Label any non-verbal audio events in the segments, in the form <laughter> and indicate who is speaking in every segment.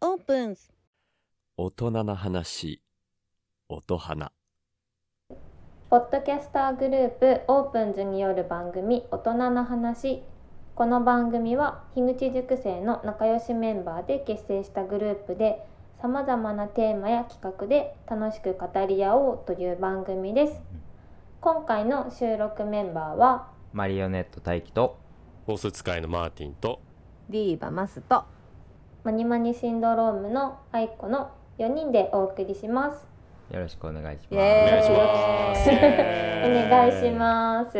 Speaker 1: opens,
Speaker 2: 大人な話、音花。
Speaker 3: ポッドキャスターグループオープンズによる番組大人の話この番組は樋口塾生の仲良しメンバーで結成したグループでさまざまなテーマや企画で楽しく語り合おうという番組です今回の収録メンバーは
Speaker 4: マリオネット大輝と
Speaker 5: オス使いのマーティンと
Speaker 6: ディーバマスと
Speaker 3: マニマニシンドロームの愛子の4人でお送りします
Speaker 4: よろしくお願いします。
Speaker 6: イエ
Speaker 5: お願いし
Speaker 6: ーイ
Speaker 5: ます。イ
Speaker 3: お
Speaker 5: エー
Speaker 3: 願いします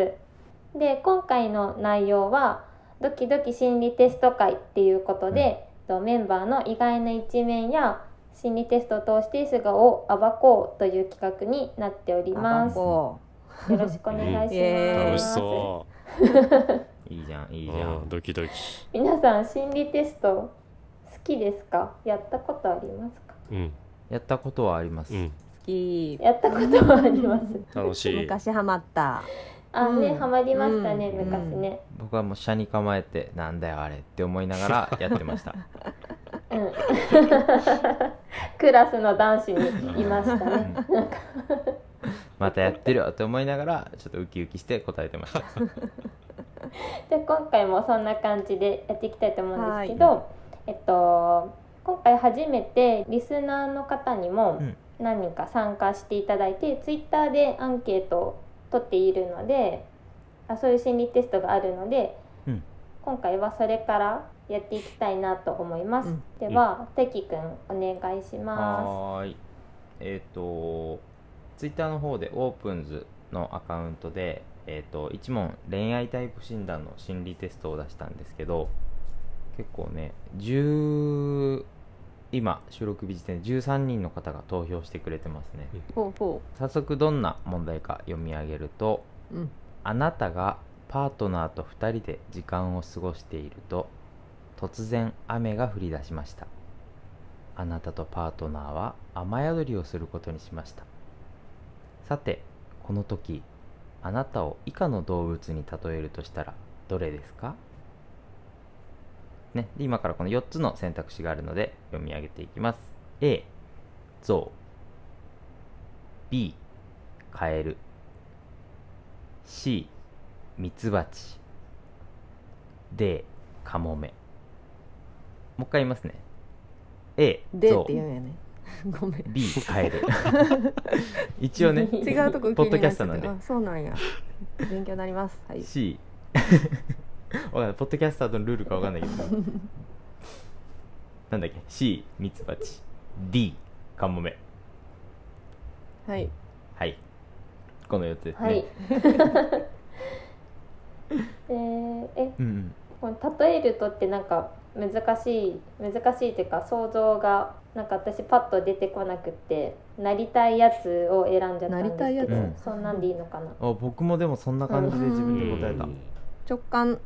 Speaker 3: で今回の内容はドキドキ心理テスト会っていうことで、とメンバーの意外な一面や心理テストを通して素顔を暴こうという企画になっておりますよ
Speaker 6: こ
Speaker 3: ろしくお願い
Speaker 6: <laughs> イ
Speaker 3: し
Speaker 6: エーイ
Speaker 3: ま
Speaker 5: 楽し
Speaker 3: す
Speaker 5: そ
Speaker 4: いいじゃん、
Speaker 5: う。
Speaker 4: いいじゃ
Speaker 5: うん
Speaker 4: ん。
Speaker 5: ドキドキ。
Speaker 3: 皆さん心理テスト好きですかやったことありますか
Speaker 5: うん
Speaker 4: やったことはあります。
Speaker 5: うん
Speaker 6: 好き
Speaker 3: やったことはあります
Speaker 5: 楽しい。
Speaker 6: 昔ハマった
Speaker 3: あね、
Speaker 6: うん
Speaker 3: ハマりましたね、
Speaker 6: うん
Speaker 3: 昔ね、
Speaker 4: 僕はもう車に構えて、なんだよあれって思いながらやってま
Speaker 6: <laughs>
Speaker 4: した。
Speaker 3: うん <laughs> クラスの男子にいました
Speaker 4: う
Speaker 3: ね
Speaker 4: んまたやってるよって思いながら、ちょっとウキウキして答えてました。
Speaker 3: で今回もそんな感じでやっていきたいと思うんですけど、えっと今回初めてリスナーの方にも
Speaker 4: うん
Speaker 3: 何人か参加していただいて、ツイッターでアンケートを取っているのであそういう心理テストがあるので、
Speaker 4: うん
Speaker 3: 今回はそれからやっていきたいなと思います、
Speaker 6: うん
Speaker 3: では、てきくんお願いしま
Speaker 4: はーい。えっ、と、ツイッターの方でオープンズのアカウントで、えっ、と、一問恋愛タイプ診断の心理テストを出したんですけど、結構ね、10、今、収録日時点で13人の方が投票してくれてますね。
Speaker 6: ほうほ
Speaker 4: 早速どんな問題か読み上げると、
Speaker 6: ううん
Speaker 4: あなたがパートナーと2人で時間を過ごしていると突然雨が降り出しましたあなたとパートナーは雨宿りをすることにしましたさてこの時あなたを以下の動物に例えるとしたらどれですかね、で今からこの4つの選択肢があるので読み上げていきます A ゾウ B カエル C ミツバチ D カモメもう一回言いますね A
Speaker 6: でっ
Speaker 4: ゾ
Speaker 6: て言う
Speaker 4: ウ
Speaker 6: んやね <laughs> ごめん
Speaker 4: B カエル一応ね
Speaker 3: 違
Speaker 6: 違うとこ
Speaker 4: ポッドキャストなんで
Speaker 6: あそうなんや勉強になりますはい
Speaker 4: C <laughs> わかんないポッドキャスターとのルールかわかんないけどなんだっけ C ミツバチ D カモメ
Speaker 6: はい
Speaker 4: はいこの4つですすね、
Speaker 3: はい、 <laughs> えーえ
Speaker 4: うんうん
Speaker 3: この例えるとってなんか難しい難しいっていうか想像がなんか私パッと出てこなくってなりたいやつを選んじゃった
Speaker 6: な
Speaker 3: んです
Speaker 6: り
Speaker 3: け
Speaker 6: た
Speaker 3: ど、
Speaker 4: いやつ
Speaker 3: そんなんでいいのかな
Speaker 4: あ僕もでもそんな感じで自分で答えた、
Speaker 5: うん
Speaker 6: 直感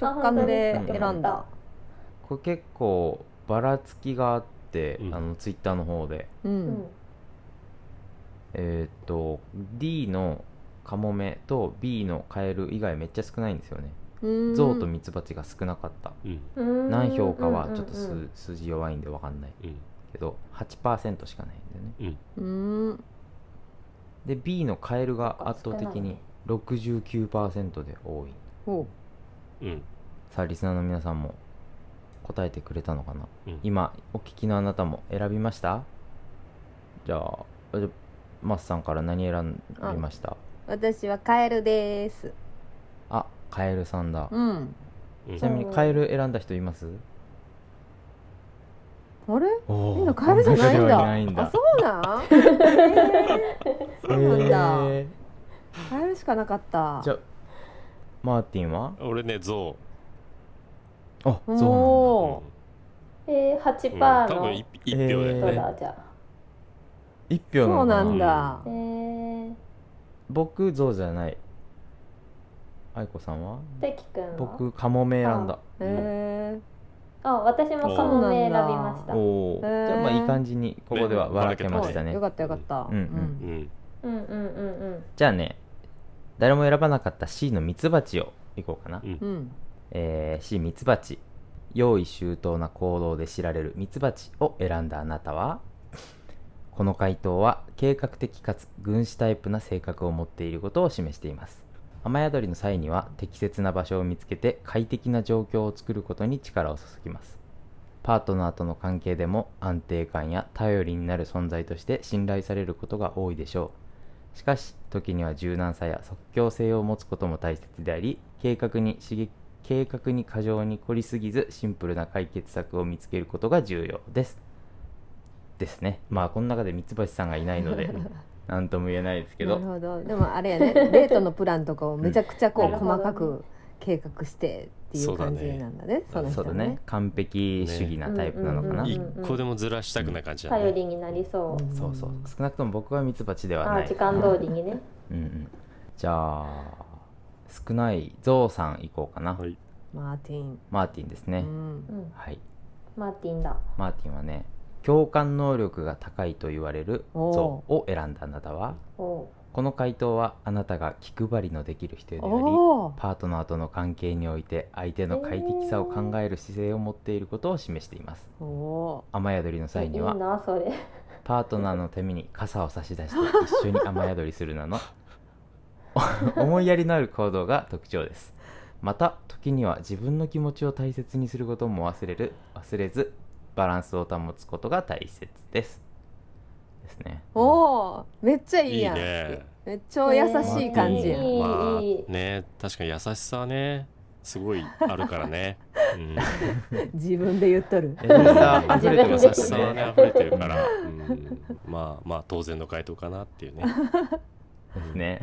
Speaker 6: 直感で
Speaker 4: あ本当に
Speaker 6: 選んだ
Speaker 4: これ結構ばらつきがあって、
Speaker 5: うん
Speaker 4: あのツイッターの方で
Speaker 6: う
Speaker 3: うんん
Speaker 4: えーっと D のカモメと B のカエル以外めっちゃ少ないんですよね
Speaker 6: うん
Speaker 4: ゾウとミツバチが少なかった
Speaker 5: うん
Speaker 3: うん
Speaker 4: 何票かはちょっと
Speaker 3: うんうんうん
Speaker 4: 数数字弱いんで分かんない
Speaker 5: うん
Speaker 4: けど8%しかないんだよね
Speaker 6: うん
Speaker 4: で B のカエルが圧倒的に69%で多い
Speaker 6: ほ
Speaker 5: うん
Speaker 4: さあリスナーの皆さんも答えてくれたのかな
Speaker 5: うん
Speaker 4: 今お聞きのあなたも選びましたじゃああじゃあマスさんから何選びました
Speaker 6: う私はカエルです
Speaker 4: あカエルさんだ
Speaker 6: うん
Speaker 5: うん
Speaker 4: ちなみにカエル選んだ人います
Speaker 6: あれ
Speaker 5: おー
Speaker 6: みんなカエルじゃないん
Speaker 4: カエルじ
Speaker 6: だ
Speaker 4: ゃないんだ
Speaker 6: あそう
Speaker 4: <laughs>
Speaker 6: なんえーそうなんだ
Speaker 4: え
Speaker 6: カエルしかなかった
Speaker 4: ーじゃあマーティンは
Speaker 5: 俺ねゾ
Speaker 4: あそうなんだ
Speaker 5: ウ。
Speaker 6: おー
Speaker 3: えー、
Speaker 5: う
Speaker 3: 8%
Speaker 5: ん
Speaker 3: の
Speaker 5: 多分
Speaker 3: 人
Speaker 5: 一一票だよ
Speaker 4: え
Speaker 5: ね。
Speaker 3: だじゃあ
Speaker 4: 一票
Speaker 6: そうな
Speaker 4: なのか
Speaker 6: ん
Speaker 4: な
Speaker 6: だ
Speaker 3: えー、
Speaker 4: 僕ゾウじゃない愛子さんは
Speaker 3: てきくんは
Speaker 4: 僕カモメ選んだ
Speaker 6: え
Speaker 3: あ私もカモメ選びました
Speaker 4: お
Speaker 6: へ
Speaker 4: おー、
Speaker 6: ー
Speaker 4: じゃあまあいい感じにここでは
Speaker 5: ね
Speaker 4: 笑け
Speaker 6: ー
Speaker 4: ましたね
Speaker 6: よかったよかった
Speaker 4: うんうん
Speaker 5: うん
Speaker 3: うんうんうんうん
Speaker 4: じゃあね誰も選ばなかった C のミツバチをいこうかな、
Speaker 5: うん
Speaker 6: うん
Speaker 4: えー C ミツバチ用意周到な行動で知られるミツバチを選んだあなたはこの回答は計画的かつ軍師タイプな性格を持っていることを示しています雨宿りの際には適切な場所を見つけて快適な状況を作ることに力を注ぎますパートナーとの関係でも安定感や頼りになる存在として信頼されることが多いでしょうしかし時には柔軟さや即興性を持つことも大切であり計画に刺激計画に過剰に凝りすぎずシンプルな解決策を見つけることが重要ですですねまあこの中で三橋さんがいな
Speaker 6: <laughs>
Speaker 4: いので何とも言えないですけ
Speaker 6: な
Speaker 4: ど
Speaker 6: るほどでもあれやねデートのプランとかをめちゃくちゃこう細かく計画してっていう感じなんだねその
Speaker 4: そう
Speaker 6: 人
Speaker 4: だ
Speaker 6: ね
Speaker 4: ね完璧主義なタイプなのかな、
Speaker 6: うん
Speaker 5: 一個でもずらしたくない感じだ
Speaker 3: 頼
Speaker 5: ね。
Speaker 3: りになりそうう。
Speaker 6: ん
Speaker 4: そうそう少なくとも僕はミツバチでは
Speaker 3: あ
Speaker 4: な
Speaker 3: ー
Speaker 4: い
Speaker 3: 時間通りにね。
Speaker 4: うんうんじゃあ少ないゾウさん行こうかな、
Speaker 5: はい
Speaker 6: マーティン、
Speaker 4: マーティンです
Speaker 6: う
Speaker 4: ね、
Speaker 6: ん
Speaker 3: うん、
Speaker 4: はい
Speaker 3: マーティンだ。
Speaker 4: マーティンはね共感能力が高いと言われるゾウを選んだあなたは
Speaker 3: おう
Speaker 4: この回答はあなたが気配りのできる人より
Speaker 6: おー
Speaker 4: パートナーとの関係において相手の快適さを考える姿勢を持っていることを示しています
Speaker 6: お
Speaker 4: 雨宿りの
Speaker 3: えい
Speaker 4: 際
Speaker 3: い
Speaker 4: には
Speaker 3: なそれ。
Speaker 4: パートナーのために傘を差し
Speaker 6: <laughs>
Speaker 4: 出して一緒に雨宿りするなの <laughs> 思いやりのある行動が特徴ですまた時には自分の気持ちを大切にすることも忘れる忘れずバランスを保つことが大切ですですね
Speaker 6: ーおーめっちゃい
Speaker 5: い
Speaker 6: い
Speaker 5: い
Speaker 6: やん
Speaker 5: ね。
Speaker 6: めっちゃ優しい感じやん、
Speaker 3: いい
Speaker 5: ま
Speaker 3: いい
Speaker 5: あね確かに優しさはねすごいあるからね。うん、
Speaker 6: 自分で言っとる
Speaker 4: 優しさ溢れて
Speaker 5: 優
Speaker 4: ま
Speaker 5: し
Speaker 4: す
Speaker 5: さはね
Speaker 4: ね
Speaker 5: 溢れてるから、うん、まあまあ当然の回答かなっていうね。
Speaker 4: ですね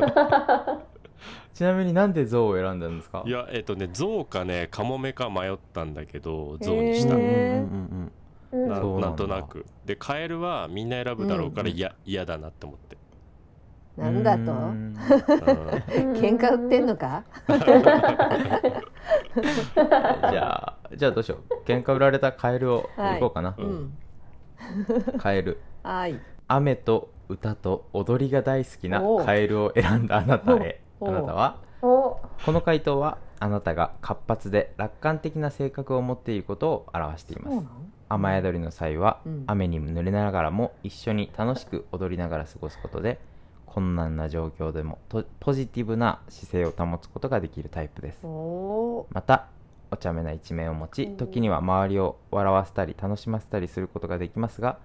Speaker 4: <laughs> ちなみになんで象を選んだんですか
Speaker 5: <laughs> いやえっ、とね象かねカモメか迷ったんだけど象にした。
Speaker 6: へ
Speaker 4: うん
Speaker 6: ー
Speaker 4: うんうん
Speaker 3: うん
Speaker 5: な
Speaker 4: そうなんだ
Speaker 5: なんとなくでカエルはみんな選ぶだろうから
Speaker 4: うん
Speaker 5: 嫌、嫌だなって思って、
Speaker 4: う
Speaker 6: なん
Speaker 4: ん
Speaker 6: だ
Speaker 4: う
Speaker 6: と
Speaker 4: ん
Speaker 6: 喧嘩売ってんのか
Speaker 4: <laughs> じゃあじゃあどうしよう喧嘩売られたカエルを行こうかな、
Speaker 5: う
Speaker 6: うんん
Speaker 4: カエル
Speaker 6: はい
Speaker 4: 雨と歌と踊りが大好きなカエルを選んだあなたへあ
Speaker 6: おう
Speaker 4: なたは
Speaker 3: お
Speaker 4: この回答はあなたが活発で楽観的な性格を持っていることを表してい
Speaker 6: そ
Speaker 4: ま
Speaker 6: うな
Speaker 4: す
Speaker 6: ん
Speaker 4: 雨宿りの際は
Speaker 6: うん
Speaker 4: 雨に濡れながらも一緒に楽しく踊りながら過ごすことで困難な状況でもとポジティブな姿勢を保つことができるタイプです
Speaker 6: おー
Speaker 4: またお茶目な一面を持ち
Speaker 3: うん
Speaker 4: 時には周りを笑わせたり楽しませたりすることができますが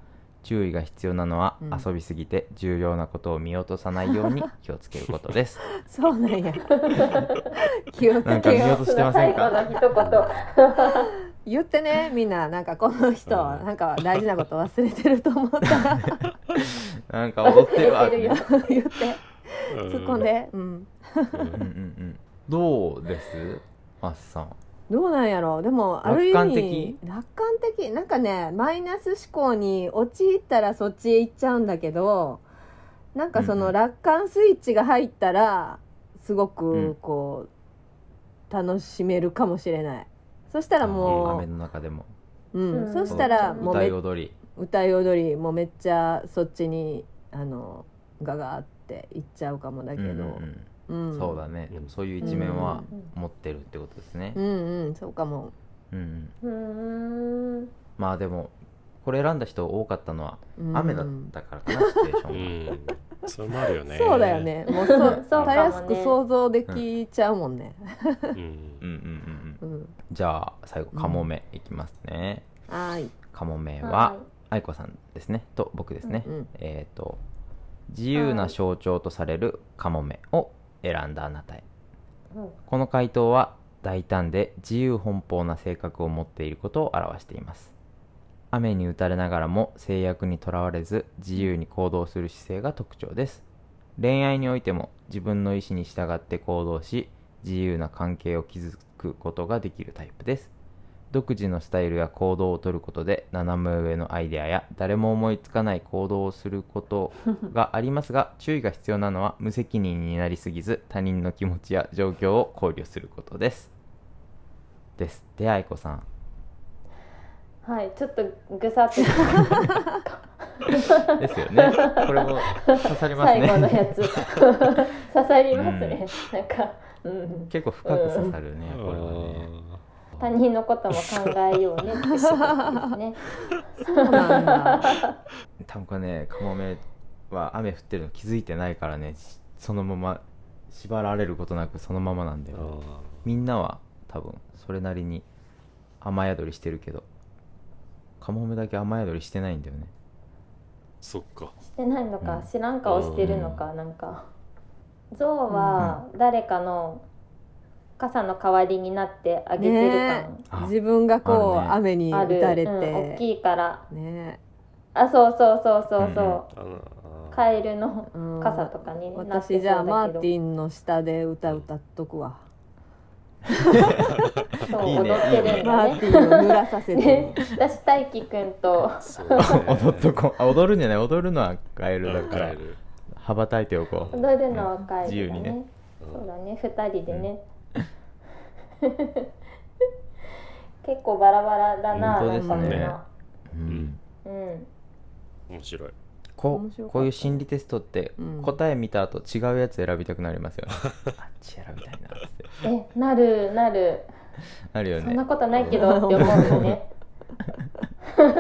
Speaker 4: 注意が必要なのは、
Speaker 6: うん
Speaker 4: 遊びすぎて重要なことを見落とさないよう
Speaker 6: <laughs>
Speaker 4: に気をつけることです
Speaker 6: そうなんや気を
Speaker 4: な
Speaker 6: つ
Speaker 4: んか
Speaker 6: け
Speaker 4: 見
Speaker 6: よ
Speaker 4: 落
Speaker 6: う
Speaker 4: としてませんか
Speaker 3: 最後の
Speaker 6: 言ってね
Speaker 4: <laughs>
Speaker 6: みんななんかこの人
Speaker 5: うん
Speaker 6: なんか大事なこと忘れてると思った
Speaker 4: <laughs>
Speaker 6: ら
Speaker 4: なんか踊ってる
Speaker 3: 忘れ
Speaker 4: わ、
Speaker 3: てるよ
Speaker 6: <laughs> 言って突っ込んで、うん、
Speaker 5: う
Speaker 4: うんうんうんん、どうですマッさん
Speaker 6: どうなんやろうでもある意味
Speaker 4: 楽観的
Speaker 6: 楽観的なんかねマイナス思考に陥ったらそっちへ行っちゃうんだけどなんかそ
Speaker 4: うんう
Speaker 6: の
Speaker 4: ん
Speaker 6: 楽観スイッチが入ったらすご
Speaker 4: うん
Speaker 6: くこう、楽しめるかもしれないそしたらも
Speaker 4: 雨の中でも
Speaker 6: う、うん
Speaker 3: うん
Speaker 6: そしたらもう
Speaker 4: 歌
Speaker 6: め
Speaker 4: い踊り
Speaker 6: 歌い踊りもめっちゃそっちにあのガガーって行っちゃうかもだけど、
Speaker 4: う
Speaker 6: うんん
Speaker 4: うんうんそうだね、
Speaker 5: うん
Speaker 4: でもそういう一面は
Speaker 3: うん
Speaker 4: 持ってるってことですね
Speaker 6: うんうんそうかも、
Speaker 4: うんうん
Speaker 3: うん。
Speaker 4: まあでもこれ選んだ人多かったのは
Speaker 6: うん
Speaker 4: 雨だったからかな、シチュエーショ
Speaker 5: う
Speaker 4: ン
Speaker 5: んそれも
Speaker 4: が
Speaker 5: あるよね
Speaker 6: そうだよ、ね。もう
Speaker 3: そ
Speaker 6: そう
Speaker 3: うかもね
Speaker 6: たやすく想像できちゃうもんね。
Speaker 5: うん
Speaker 4: うんうんうんう
Speaker 6: うんん。
Speaker 4: じゃあ最後カモメいきますね、
Speaker 6: はい。
Speaker 4: カモメ
Speaker 3: は
Speaker 4: は愛子さんですねと僕ですね、
Speaker 6: うん。
Speaker 4: えっ、と自由な象徴とされるカモメを選んだあなたへ
Speaker 3: い。うん
Speaker 4: この回答は大胆で自由奔放な性格を持っていることを表しています雨に打たれながらも制約にとらわれず自由に行動する姿勢が特徴です恋愛においても自分の意思に従って行動し自由な関係を築くことができるタイプです独自のスタイルや行動をとることで斜め上のアイデアや誰も思いつかない行動をすることがありますが注意が必要なのは無責任になりすぎず他人の気持ちや状況を考慮することですですで愛子さん
Speaker 3: はい、ちょっとぐさっと
Speaker 4: ですよ
Speaker 3: <laughs>
Speaker 4: ねこれも刺さります
Speaker 3: 最後の
Speaker 4: ね
Speaker 3: やつ <laughs> 刺さりますね。なんか、うん。
Speaker 4: 結構深く刺さるね、これはね
Speaker 3: 他人のことも考えようねってことですね。
Speaker 6: そうなん
Speaker 4: <laughs>
Speaker 6: だ。
Speaker 4: 多分これねカモメは雨降ってるの気づいてないからねしそのまま縛られることなくそのままなんだ
Speaker 5: あ
Speaker 4: よ
Speaker 5: ー
Speaker 4: みんなは多分それなりに雨宿りしてるけどカモメだけ雨宿りしてないんだよね
Speaker 5: そっか
Speaker 3: してないのか、
Speaker 4: うん
Speaker 3: 知らん顔してるのか、なんか象は誰かの傘の代わりになってあげてる感
Speaker 4: あ
Speaker 6: 自分がこう、
Speaker 4: あるね
Speaker 6: 雨に
Speaker 3: あ
Speaker 6: 打
Speaker 3: る、
Speaker 6: たれて、
Speaker 3: うん、大きいから
Speaker 6: ね、
Speaker 3: あそうそうそうそうそう、
Speaker 5: あのあー
Speaker 3: カエルの
Speaker 6: うん
Speaker 3: 傘とかになって
Speaker 6: 私
Speaker 3: そ
Speaker 6: じゃあ
Speaker 3: う
Speaker 6: マ
Speaker 3: だ
Speaker 6: ー
Speaker 3: けど
Speaker 6: ティンの下で歌歌っとくわ、
Speaker 3: そう
Speaker 4: いいね
Speaker 3: 踊ってるん
Speaker 6: マ
Speaker 3: だ
Speaker 6: ー
Speaker 3: ね
Speaker 6: ティンを濡らさせて
Speaker 3: <laughs> ね私大輝くんと
Speaker 5: そうだね
Speaker 4: 踊っ
Speaker 5: <laughs>
Speaker 4: とこうあ踊るんじゃない踊るのはガエルだか
Speaker 5: う
Speaker 4: ら
Speaker 5: ん帰る
Speaker 4: 羽ばたいておこう
Speaker 3: 踊るのはカエルだ
Speaker 4: 自由に
Speaker 3: ね
Speaker 4: ね
Speaker 5: うん
Speaker 3: そうだね2人でね、 <laughs> 結構バラバラだな
Speaker 4: 本当
Speaker 3: な
Speaker 4: で
Speaker 3: ん
Speaker 4: す
Speaker 3: か
Speaker 4: ね
Speaker 3: みんな、
Speaker 4: うん
Speaker 3: うん
Speaker 5: 面白い
Speaker 4: こ
Speaker 6: 面白かった
Speaker 4: う
Speaker 6: ね
Speaker 4: こういう心理テストって
Speaker 6: うん
Speaker 4: 答え見た後違うやつ選びたくなりますよ <laughs> ねあっち選びたいなって
Speaker 3: えなるなる
Speaker 4: あるよ
Speaker 3: そんな
Speaker 4: ね
Speaker 3: ことないけどって思うよね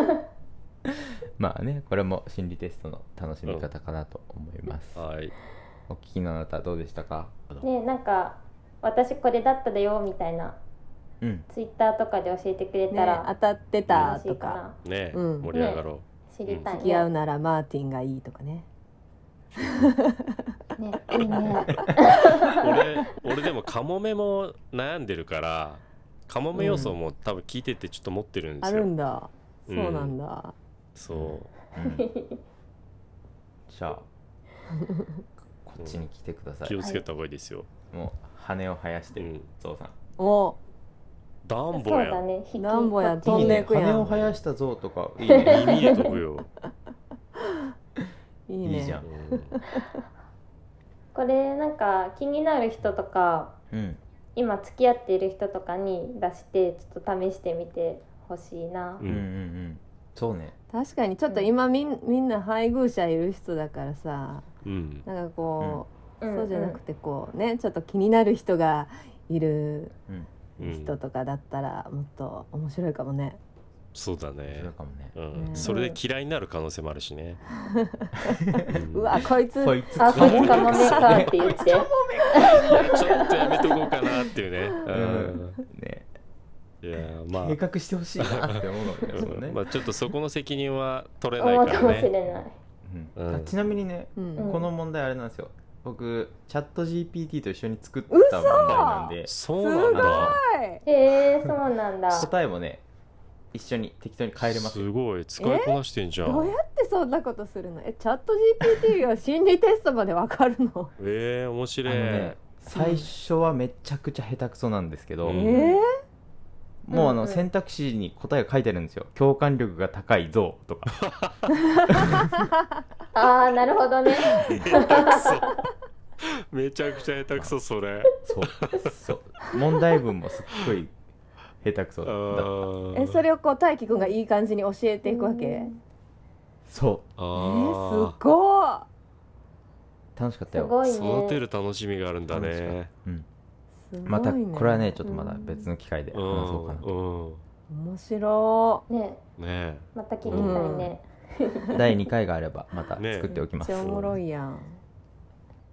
Speaker 3: <laughs>
Speaker 4: まあねこれも心理テストの楽しみ方かなと思います、
Speaker 5: はい
Speaker 4: お聞きのあなたどうでしたか
Speaker 3: ねなんか私これだっただよみたいな
Speaker 4: うん
Speaker 3: ツイッターとかで教えてくれ
Speaker 6: ね
Speaker 3: たら
Speaker 6: 当たってた
Speaker 3: 嬉し
Speaker 6: と
Speaker 3: いか
Speaker 6: か
Speaker 3: な
Speaker 5: ね、
Speaker 6: うん
Speaker 5: 盛り上がろ
Speaker 3: 知りたい
Speaker 6: 付き合う
Speaker 3: ね
Speaker 6: ならマーティンがいいとかね
Speaker 3: ねいい
Speaker 5: う、
Speaker 3: ね
Speaker 5: 俺俺でもカモメも悩んでるからカモメ予想も多分聞いててちょっと持ってるんで
Speaker 6: あ
Speaker 5: す
Speaker 6: る
Speaker 5: よ
Speaker 6: んだそうなんだ、
Speaker 5: そう
Speaker 6: <laughs>
Speaker 4: うんじゃあこっちに来てください
Speaker 5: 気をつけた方がいいですよ、
Speaker 4: もう羽を生やして
Speaker 5: う
Speaker 4: る
Speaker 5: ん
Speaker 4: ゾウさん
Speaker 6: お
Speaker 5: ダンボ
Speaker 3: そう
Speaker 5: や
Speaker 3: だ
Speaker 5: ん、
Speaker 3: ね引き
Speaker 6: なんぼや
Speaker 3: こっち
Speaker 6: 飛んでいくやん
Speaker 4: 羽を生やしたゾウとかいいね
Speaker 5: 耳へ飛ぶよ、
Speaker 6: いいね
Speaker 4: いいじゃん
Speaker 5: う
Speaker 3: これなんか気になる人とか
Speaker 4: うん
Speaker 3: 今付き合っている人とかに出してちょっと試してみてほしいな、
Speaker 4: うんうんうんそうね
Speaker 6: 確かにちょっと今みんみんな配偶者いる人だからさ
Speaker 5: んうん、
Speaker 6: なんかこう、
Speaker 3: ん
Speaker 6: そうじゃなくてこうねちょっと気になる人がいる
Speaker 4: うん
Speaker 5: うん
Speaker 6: 人とかだったらもっと面白いかもね、
Speaker 5: そうだね
Speaker 4: それかもね
Speaker 5: うん
Speaker 6: ね
Speaker 5: それで嫌いになる可能性もあるしね、
Speaker 6: うわこいつ
Speaker 4: こいつ
Speaker 3: あこいつカモメかって言っ
Speaker 5: い
Speaker 3: て
Speaker 5: や <laughs> ちょっとやめとこうかなっていうね、うん
Speaker 4: ね
Speaker 5: いやまあ
Speaker 4: 計画してほしいなって思うのよそううんね
Speaker 5: まあ、ちょっとそこの責任は取れない
Speaker 3: 思う
Speaker 5: か
Speaker 3: かも
Speaker 5: ら
Speaker 3: しれ
Speaker 5: ね
Speaker 3: ない
Speaker 4: うんあちなみにね
Speaker 6: うん
Speaker 3: うん
Speaker 4: この問題あれなんですよ僕チャット GPT と一緒に作った問題なんで
Speaker 5: そうなんだ
Speaker 6: はい
Speaker 3: へえそうなんだ
Speaker 4: 答えもね一緒に適当に変えれますよ
Speaker 5: すごい使いこなしてんじゃ
Speaker 6: どうんやってそんなことするのえチャット GPT が心理テストまでわかるの
Speaker 5: ええ面
Speaker 4: あ
Speaker 5: 白
Speaker 4: の
Speaker 5: い、
Speaker 4: ね最初はめちゃくちゃ下手くそなんですけど、
Speaker 5: う
Speaker 6: え
Speaker 5: ん
Speaker 6: ー、
Speaker 4: もうあ
Speaker 3: うんう
Speaker 4: の
Speaker 3: ん
Speaker 4: 選択肢に答えが書いてあるんですよ共感力が高い像とか
Speaker 3: ああなるほど
Speaker 6: <laughs>
Speaker 3: ね
Speaker 5: 下手くそ <laughs> めちゃくちゃ下手くそそれ
Speaker 4: そうそう問題文もすっごい下手くそ
Speaker 5: あ
Speaker 4: だ
Speaker 5: ー
Speaker 6: えそれをこう大輝くんがいい感じに教えていくわけ、
Speaker 4: そ
Speaker 5: あ
Speaker 6: え
Speaker 5: ー
Speaker 6: ー、すごい。
Speaker 4: う楽しかった
Speaker 3: す
Speaker 4: よ
Speaker 3: ごいね
Speaker 5: 育てる楽しみがあるんだね
Speaker 4: うん、
Speaker 6: すごいね
Speaker 4: またこれはねちょっとまだ別の機会で
Speaker 5: う
Speaker 4: 話そ
Speaker 5: ん
Speaker 4: うかな
Speaker 5: うん
Speaker 6: 面白
Speaker 3: ね
Speaker 5: ね
Speaker 3: また聞きたいね、
Speaker 4: 第2回があればまた作っておき
Speaker 6: いめ
Speaker 4: ま
Speaker 6: っ
Speaker 4: す、
Speaker 6: ちゃおもろいやん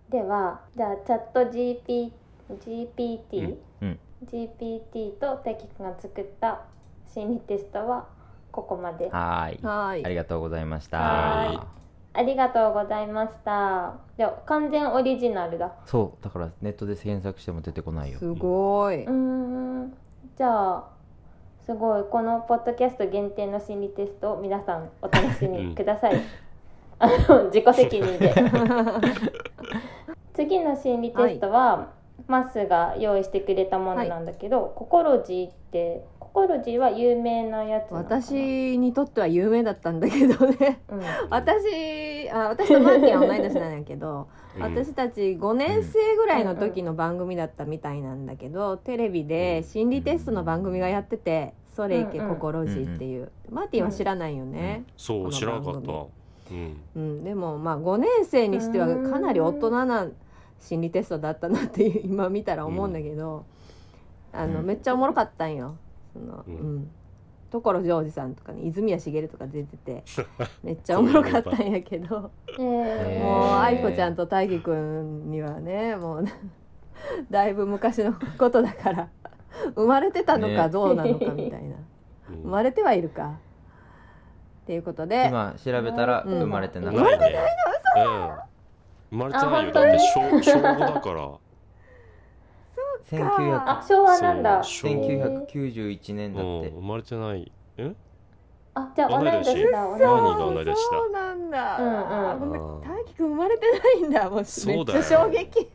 Speaker 3: ではじゃあチャット GP GPT、
Speaker 4: うん、
Speaker 3: GPT とテキ君が作った心理テストはここまで
Speaker 4: はーい
Speaker 6: はーい
Speaker 4: ありがとうございました
Speaker 3: はーいありがとうございましたでは完全オリジナルだ
Speaker 4: そうだからネットで検索しても出てこないよ
Speaker 6: すごいう <laughs>
Speaker 3: ーんじゃあすごいこのポッドキャスト限定の心理テストを皆さんお楽しみください、
Speaker 4: <laughs>
Speaker 3: あの自己責任で次の心理テストは、マッスが用意してくれたものなんだけど、ココロジーってココロジーは有名なやつなのかな、
Speaker 6: 私にとっては有名だったんだけどね
Speaker 3: うん、
Speaker 6: 私あ私とマーティンは同い年なんやけど、
Speaker 5: うん
Speaker 6: 私たち5年生ぐらいの時の番組だったみたいなんだけど、テレビで心理テストの番組がやってて「それいけ
Speaker 3: うんうん
Speaker 6: 心路っていう、マーティンは知らないよね、
Speaker 5: そ
Speaker 6: この
Speaker 5: う知らなかっ
Speaker 6: 番
Speaker 5: たうん
Speaker 6: うんでもまあ5年生にしてはかなり大人な心 <laughs> 理テストだったなっていう今見たら思うんだけど、あの
Speaker 4: うん
Speaker 6: めっちゃおもろかったんよその、う
Speaker 5: うんん
Speaker 6: 所ジョージさんとかね泉谷しげるとか出ててめっちゃおもろかったんやけど
Speaker 3: え
Speaker 4: へー
Speaker 6: もう愛子ちゃんと大輝くんにはねもう <laughs> だいぶ昔のことだから生まれてたのか
Speaker 4: ね
Speaker 6: どうなのかみたいな、
Speaker 5: うん
Speaker 6: 生まれてはいるかっていうことで
Speaker 4: 今調べたら
Speaker 6: うん
Speaker 4: 生まれて
Speaker 5: な
Speaker 4: な
Speaker 5: い
Speaker 4: かっ
Speaker 5: ね
Speaker 4: た、
Speaker 5: うん、生まれてないよだって小小5だ
Speaker 4: <laughs>
Speaker 5: から
Speaker 3: あ
Speaker 4: 1900
Speaker 3: 昭和なんだ
Speaker 5: そう
Speaker 4: 1991年だ
Speaker 5: うん
Speaker 4: って、
Speaker 5: 生まれてない
Speaker 3: あじゃあ同
Speaker 5: 同
Speaker 3: い
Speaker 5: い
Speaker 3: 年
Speaker 5: 年
Speaker 3: だ同い
Speaker 5: 何
Speaker 3: 年
Speaker 5: が同い年だ
Speaker 6: そうなんだ。
Speaker 3: うんうん
Speaker 6: ごめん
Speaker 5: あ
Speaker 6: 大
Speaker 5: ー
Speaker 6: 輝くん生まれてないんだ。もうめっち
Speaker 5: そうだ
Speaker 6: ゃ
Speaker 5: よ
Speaker 6: 衝撃。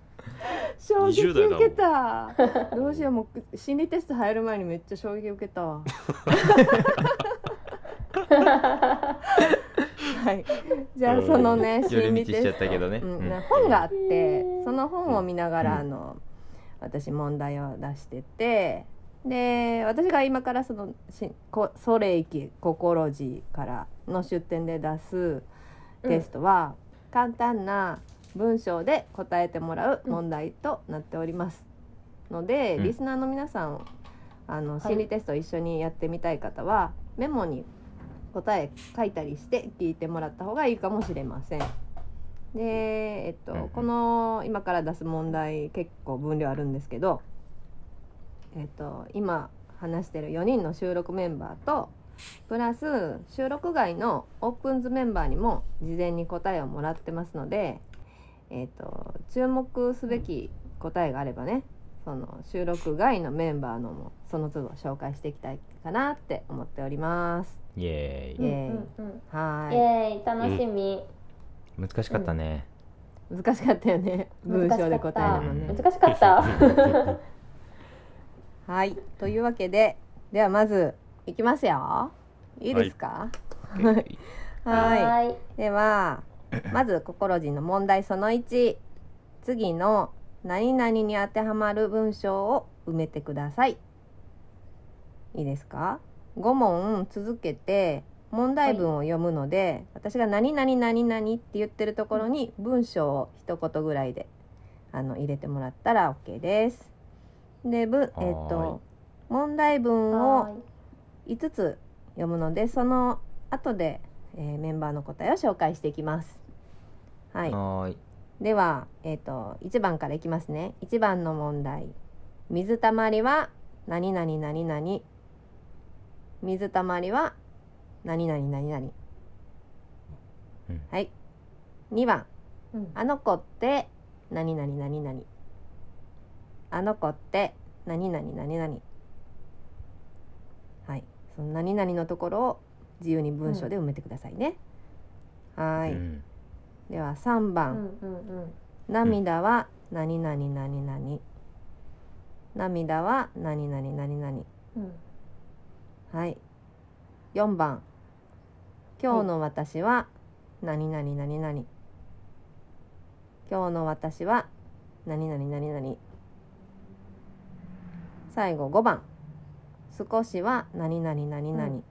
Speaker 6: 衝撃
Speaker 5: 20代だも
Speaker 6: 受
Speaker 5: ん
Speaker 6: けた。どうしようもう心理テスト入る前にめっちゃ衝撃受けたわ。はい。じゃあそのね
Speaker 4: 寄
Speaker 6: 心
Speaker 4: り
Speaker 6: 理
Speaker 4: 道し
Speaker 6: テ
Speaker 4: ちゃっ
Speaker 6: スト
Speaker 4: た。けどね、
Speaker 6: うん
Speaker 4: うん
Speaker 6: な本があって
Speaker 3: うん
Speaker 6: その本を見なが
Speaker 4: う
Speaker 6: ら
Speaker 4: ん
Speaker 6: あの私問題を出しててで私が今からそのしこ「ソレイキ心地」からの出典で出すテストは、簡単な文章で答えてもらう問題となっておりますので、
Speaker 4: うん
Speaker 6: リスナーの皆さんあの
Speaker 3: い
Speaker 6: 心理テストを一緒にやってみたい方は、メモに答え書いたりして聞いてもらった方がいいかもしれません。で、えっと、
Speaker 4: うんうん
Speaker 6: この今から出す問題結構分量あるんですけど、えっと、今話してる4人の収録メンバーとプラス収録外のオープンズメンバーにも事前に答えをもらってますので、えっと、注目すべき答えがあればねその収録外のメンバーのもその都度紹介していきたいかなって思っております。
Speaker 4: イエ
Speaker 3: う
Speaker 4: ー
Speaker 3: ん
Speaker 4: イ
Speaker 3: うんうん
Speaker 6: は
Speaker 3: イ
Speaker 6: ーい
Speaker 3: エーイ楽しみ、
Speaker 4: 難しかったね、
Speaker 6: 難しかったよね文章で答えるのね
Speaker 4: 難。
Speaker 3: 難しかった
Speaker 6: はい、というわけで、ではまずいきますよ。いいですか。
Speaker 4: OK
Speaker 6: はい、
Speaker 3: はい
Speaker 6: では、まず心人の問題その1。次の何々に当てはまる文章を埋めてください。いいですか。5問続けて。問題文を読むので、私が何々何々って言ってるところに文章を一言ぐらいであの入れてもらったら OK です。で、ぶえっ
Speaker 4: はー
Speaker 6: と問題文を
Speaker 3: は
Speaker 6: 5つ読むのでその後で、えーメンバーの答えを紹介していきます。はい、
Speaker 4: はーい
Speaker 6: では、えー、と1番からいきますね1番の問題「水たまりは何々何々」「水たまりは何々何々」
Speaker 4: うん
Speaker 6: はい2番
Speaker 3: いう
Speaker 6: 「
Speaker 3: ん
Speaker 6: あの子って何々何々」「あの子って何々何々」はいその「何々」のところを自由に文章で埋めてくださいね。はーい、
Speaker 4: うん
Speaker 6: では3番、
Speaker 3: うんうんうん
Speaker 6: 涙は何々何々涙は何々何々
Speaker 3: うん
Speaker 6: はい4番今日の私は何々何々今日の私は何々何々最後5番少しは何々何々、
Speaker 3: うん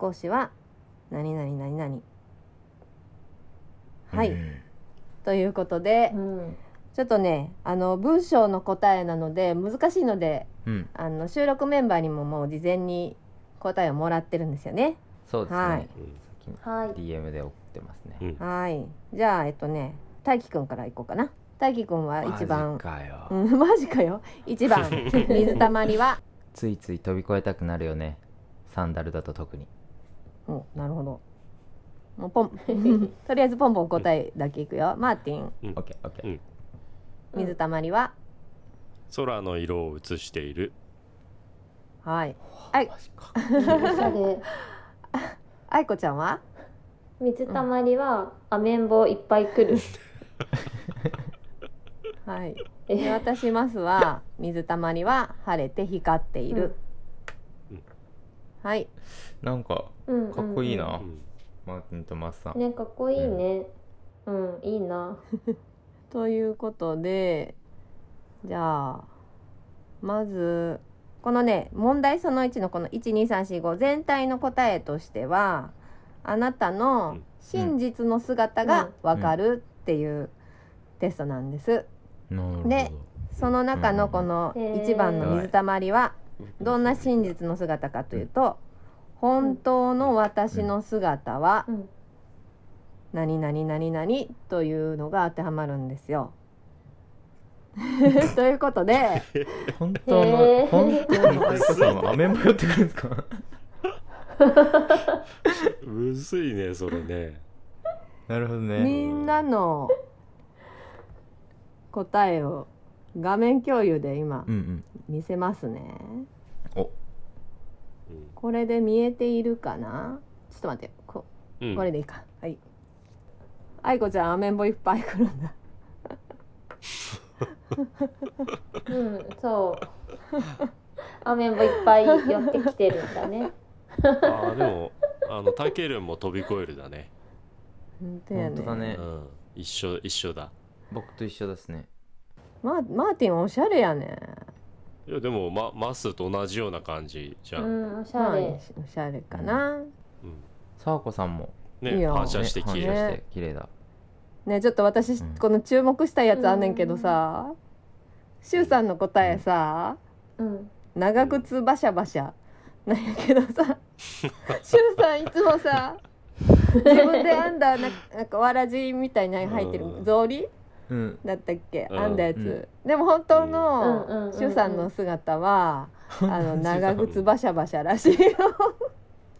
Speaker 6: 少しは何々何々はい、
Speaker 4: うん
Speaker 6: ということで、
Speaker 3: うん
Speaker 6: ちょっとねあの文章の答えなので難しいので
Speaker 4: うん、
Speaker 6: あの収録メンバーにももう事前に答えをもらってるんですよね。
Speaker 4: そうですね、
Speaker 6: はい
Speaker 4: さ
Speaker 3: はい
Speaker 4: っき DM で送ってますね、
Speaker 5: うん
Speaker 6: はいじゃあえっとね大輝くんからいこうかな。大輝くんは一
Speaker 4: マジ
Speaker 6: 番
Speaker 4: かよ、
Speaker 6: うん、マジかよ一
Speaker 4: <laughs>
Speaker 6: 番水たまりは
Speaker 4: ついつい飛び越えたくなるよねサンダルだと特に
Speaker 6: おなるほどもうポン <laughs> とりあえずポンポン答えだけいくよマーティン
Speaker 4: OKOK、
Speaker 5: うん
Speaker 6: 水たまりは、
Speaker 5: 空の色を映している
Speaker 6: はい
Speaker 4: は
Speaker 6: はい
Speaker 4: マジか
Speaker 3: おしゃれ
Speaker 6: 愛子ちゃんは
Speaker 3: 水たまりはアメンボいっぱい来る
Speaker 6: はいで
Speaker 3: え
Speaker 6: 私ますは水たまりは晴れて光っている、はい
Speaker 4: なんか
Speaker 3: うん
Speaker 4: かっこいいな、
Speaker 5: うん
Speaker 4: マーティンとマスさん、
Speaker 3: ねかっこいいねうんいいな
Speaker 6: ということでじゃあまずこのね問題その1のこの12345全体の答えとしてはあなた
Speaker 5: う
Speaker 6: の
Speaker 5: ん
Speaker 6: 真実の姿がわかるっていうテストなんです。
Speaker 4: なるほど
Speaker 6: でその中のこの
Speaker 3: うん
Speaker 6: 1番の水たまりはどんな真実の姿かというと本当の私の姿は
Speaker 3: うん
Speaker 6: 何々何々というのが当てはまるんです
Speaker 4: <laughs>
Speaker 6: よ。ということで
Speaker 4: 本当
Speaker 3: へ
Speaker 4: の
Speaker 3: ー
Speaker 4: 本当のあゆこさんは雨も寄ってくるんですか
Speaker 5: むずいねそれね
Speaker 4: なるほどね
Speaker 6: みんなの答えを画面共有で今
Speaker 4: うんうん
Speaker 6: 見せますね。
Speaker 5: うん
Speaker 6: これで見えているかなちょっと待ってこ
Speaker 5: うん
Speaker 6: これでいいか、はい愛子ちゃんアメンボいっぱい来るんだ
Speaker 3: うん、そう。 <laughs> アメンボいっぱい寄ってきてるんだ
Speaker 4: <laughs>
Speaker 3: ね。
Speaker 5: ああでもあのタケルンも飛び越えるだね、
Speaker 6: 本当や
Speaker 4: 本
Speaker 6: ね
Speaker 4: 当だ
Speaker 5: う
Speaker 4: ね
Speaker 5: ん、一緒一緒だ
Speaker 4: 僕と一緒ですね
Speaker 6: ママーティンおしゃれやね
Speaker 5: いやでもまマスと同じような感じじゃ、
Speaker 3: うん
Speaker 5: うん
Speaker 3: ん、おし
Speaker 6: ま
Speaker 3: ゃ
Speaker 6: あ
Speaker 3: れ。
Speaker 6: おしゃれかな、
Speaker 4: さわこさんも
Speaker 6: いい
Speaker 5: ね
Speaker 6: よ
Speaker 5: 反射して
Speaker 4: 反
Speaker 5: 綺
Speaker 4: 射
Speaker 5: 麗、
Speaker 4: して綺麗だ
Speaker 6: ねちょっと私、
Speaker 4: うん
Speaker 6: この注目したいやつあんねんけどさしゅうさんの答えさ
Speaker 3: うん。
Speaker 6: 長靴バシャバシャなんやけどさしゅうさんいつもさ自分で編んだなんかなんかわらじみたいなの入ってる
Speaker 5: うん
Speaker 6: 草履
Speaker 4: うん
Speaker 6: だったっけ
Speaker 5: うん
Speaker 6: 編んだやつ、
Speaker 4: う
Speaker 6: でも本当
Speaker 3: うんうんうんう
Speaker 6: の
Speaker 3: ん
Speaker 6: シュウさんの姿は、あの長靴バシャバシャらしいよ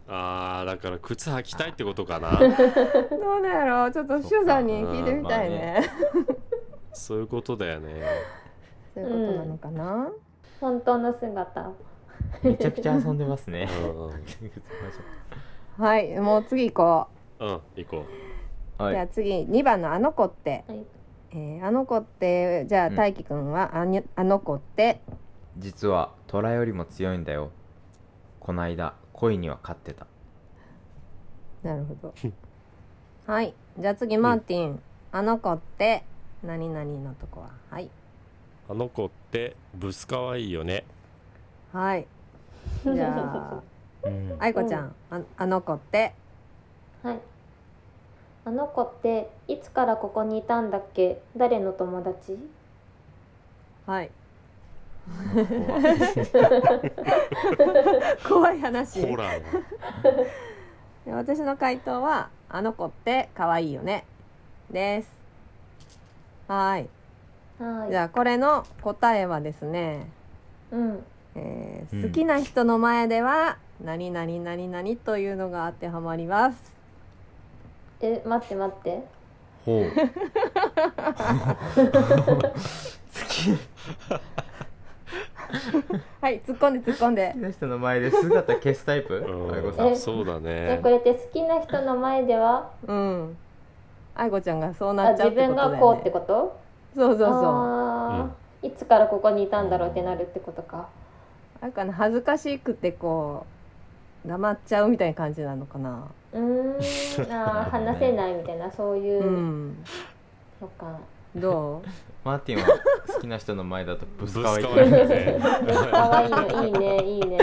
Speaker 5: ああだから靴履きたいってことかな
Speaker 3: <laughs>
Speaker 6: どうなんやろうちょっとシュウさんに聞いてみたいね,、
Speaker 5: そういうことだよね
Speaker 6: そういうことなのかな、
Speaker 3: 本当の姿。
Speaker 4: めちゃくちゃ遊んでます <laughs> ね
Speaker 5: うん
Speaker 6: はいもう次行こ
Speaker 5: うん行こ
Speaker 6: う、
Speaker 4: は
Speaker 6: じゃあ
Speaker 4: い
Speaker 6: 次2番の「あの子って
Speaker 3: はい」
Speaker 6: えーあの子ってじゃあ
Speaker 4: うん
Speaker 6: 大輝くんはあに「あの子って
Speaker 4: 実は虎よりも強いんだよこないだ恋には勝ってた」
Speaker 6: なるほどはいじゃあ次マーティン「あの子って何々」のとこははいう
Speaker 5: あの子ってブス可愛いよね
Speaker 6: はいじゃあ
Speaker 4: うん
Speaker 6: 愛子ちゃん、ああの子って
Speaker 3: はい。あの子って、いつからここにいたんだっけ誰の友達
Speaker 6: はい
Speaker 4: 怖
Speaker 6: 怖い話
Speaker 5: ホラーだ
Speaker 6: で私の回答は「あの子って可愛いよね」ですはーい
Speaker 3: はい。
Speaker 6: じゃあこれの答えはですね、
Speaker 3: うん。
Speaker 6: えー
Speaker 4: うん
Speaker 6: 好きな人の前では「何々何々」というのが当てはまります
Speaker 3: え、待って待って。
Speaker 4: ほう好き
Speaker 6: はい突っ込んで突っ込んで
Speaker 4: 好きな人の前で姿消すタイプあやこさ
Speaker 5: うんんそうだ
Speaker 3: じゃあ
Speaker 5: ね
Speaker 3: これって好きな人の前では、
Speaker 6: うん愛子ちゃんがそうな
Speaker 3: あ、
Speaker 6: っちゃう
Speaker 3: 自
Speaker 6: ってことだよ、
Speaker 3: 分
Speaker 6: ね、
Speaker 3: がこうってこと
Speaker 6: そうそうそう
Speaker 3: あーいつからここにいたんだろうってなるってことか。
Speaker 6: あれかな恥ずかしくてこう黙っちゃうみたいな感じなのかな
Speaker 3: うーん、
Speaker 6: <laughs>
Speaker 3: あー話せないみたいな、そういうう。
Speaker 6: ん
Speaker 3: のか。
Speaker 6: どう
Speaker 4: マーティンは好きな人の前だとブ
Speaker 5: ブ
Speaker 4: ス
Speaker 5: ス
Speaker 4: 可
Speaker 5: 可
Speaker 4: 愛
Speaker 5: 愛い
Speaker 4: いっ
Speaker 5: よ
Speaker 4: て言
Speaker 5: ね
Speaker 4: う
Speaker 3: <laughs> 可愛いの、いいね、いいね。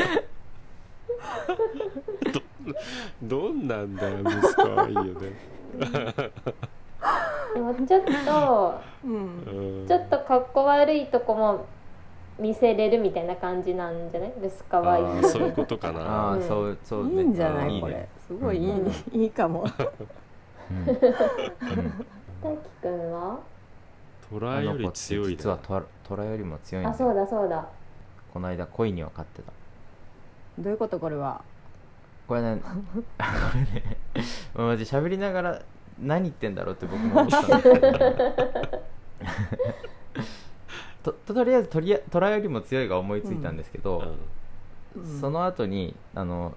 Speaker 5: どんなんだよブス可愛いよね、
Speaker 3: でもちょっと、
Speaker 6: うん
Speaker 5: うん、
Speaker 3: ちょっとかっこ悪いとこも見せれるみたいな感じなんじゃないブス可愛い
Speaker 5: あーそういうことかな
Speaker 4: あ
Speaker 3: う
Speaker 4: あ
Speaker 3: ん
Speaker 4: そうそう
Speaker 6: い
Speaker 4: ね
Speaker 6: いんじゃない
Speaker 4: あー
Speaker 6: これ
Speaker 4: ね
Speaker 6: すごいいい,、
Speaker 4: うん
Speaker 6: いいかも
Speaker 4: うんうん
Speaker 3: 大輝くんは
Speaker 5: 虎より強い
Speaker 4: 実は
Speaker 5: だ
Speaker 4: 虎虎よりも強いん
Speaker 3: あ、
Speaker 4: だ
Speaker 3: そう
Speaker 4: よ
Speaker 3: だそうだ。
Speaker 4: この間恋には勝ってた
Speaker 6: どういうことこれは
Speaker 4: これね <laughs> あこれねマジ喋りながら何言ってんだろうって僕も
Speaker 6: <laughs>
Speaker 4: 思ったんですけどとととりあえずとりあ虎よりも強いが思いついたんですけど、
Speaker 5: うん
Speaker 4: その後にあの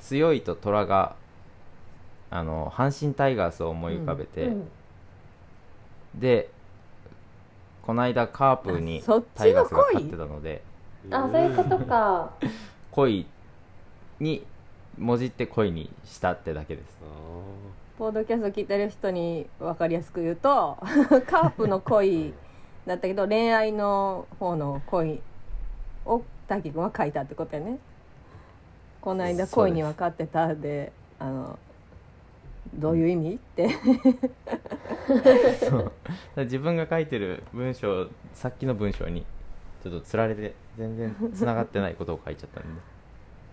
Speaker 4: 強いと虎があの阪神タイガースを思い浮かべ
Speaker 3: う
Speaker 4: て、
Speaker 3: ん。
Speaker 4: でこの間カープに
Speaker 6: あそっちの
Speaker 4: タイガースが勝ってたので
Speaker 3: あ、そういうことか。
Speaker 4: 恋にもじって恋にしたってだけです
Speaker 5: あー
Speaker 6: ポードキャスト聞いてる人に分かりやすく言うと <laughs> カープの恋だったけど恋愛の方の恋を大輝くんは書いたってことやねこの間恋に分かってたであのどういう意味って <laughs>
Speaker 4: そうだから自分が書いてる文章さっきの文章にちょっとつられて全然つながってないことを書いちゃったんでね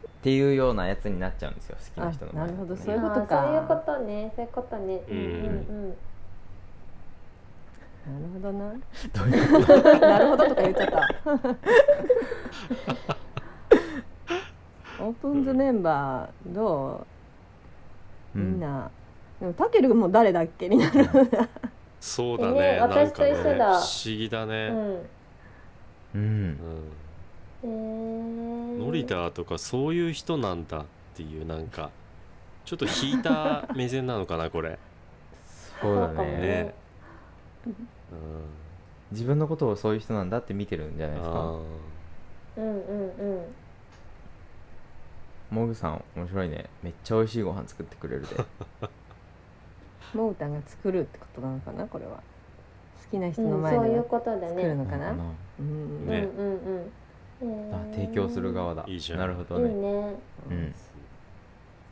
Speaker 4: っていうようなやつになっちゃうんですよ好きな人の
Speaker 6: あなるほど
Speaker 4: だ
Speaker 6: <laughs>
Speaker 4: と
Speaker 6: そういう
Speaker 4: ね
Speaker 6: こと
Speaker 3: あ
Speaker 6: か
Speaker 3: ーそういうことねそういうことね
Speaker 5: うん
Speaker 3: うん
Speaker 6: なるほどな
Speaker 4: どういうこ
Speaker 6: なるほどとか言っちゃった <laughs> オープンズメンバーどう
Speaker 4: と
Speaker 6: みんな、でもタケルも誰だっけになる
Speaker 5: そうだね
Speaker 3: ね
Speaker 5: なんかね
Speaker 3: 私と一緒だ
Speaker 5: 不思議だ
Speaker 3: う
Speaker 5: ね、
Speaker 3: ん
Speaker 4: うん、
Speaker 3: う
Speaker 4: うん
Speaker 3: ん
Speaker 5: う
Speaker 3: え
Speaker 5: ん、
Speaker 3: ー
Speaker 5: ノリダーとかそういう人なんだっていうなんかちょっと引いた目線なのかなこれ
Speaker 4: そうだ
Speaker 3: そうかも
Speaker 4: ね
Speaker 5: ね
Speaker 3: ね、
Speaker 4: 自分のことをそういう人なんだって見てるんじゃ
Speaker 5: う
Speaker 4: ない
Speaker 5: ん、
Speaker 4: です
Speaker 5: あ
Speaker 4: か
Speaker 3: うんうんうん
Speaker 4: モグさん面白いねめっちゃ美味しいご飯作ってくれるで
Speaker 6: モウタンが作るってことなのかなこれは好きな人
Speaker 3: う
Speaker 6: の
Speaker 3: ん
Speaker 6: 前
Speaker 3: そういう
Speaker 6: で
Speaker 3: ことだ
Speaker 6: 作る
Speaker 3: ね
Speaker 6: のかな、
Speaker 4: う
Speaker 6: うんん
Speaker 5: かなね
Speaker 3: うんうんうんえ
Speaker 4: あ
Speaker 3: ー
Speaker 4: 提供する側だ
Speaker 5: いいじゃん
Speaker 4: なるほ
Speaker 3: い
Speaker 4: ど
Speaker 3: い
Speaker 4: ね
Speaker 3: ね
Speaker 4: うん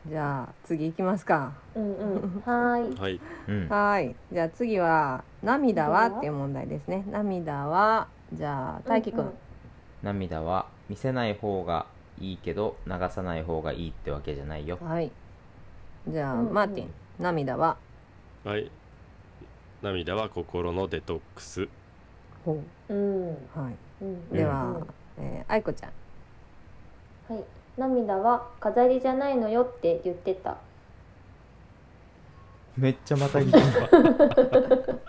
Speaker 6: じゃあ次行きますか
Speaker 3: うんうんはーい
Speaker 5: ーはい
Speaker 4: うん
Speaker 6: はいじゃあ次は「涙は?」っていう問題ですね涙はじゃあ大輝くん、
Speaker 4: 涙は見せない方がいいけど流さない方がいいってわけじゃないよ
Speaker 6: はいじゃあ、
Speaker 3: うんうん
Speaker 6: マーティン涙は
Speaker 5: はい涙は心のデトックス
Speaker 6: ほ
Speaker 3: うんうん
Speaker 6: うはい
Speaker 3: うん
Speaker 6: では、
Speaker 3: うん
Speaker 6: えー愛子ちゃん
Speaker 3: はい涙は飾りじゃないのよって言ってた
Speaker 4: めっちゃまたぎ <laughs> う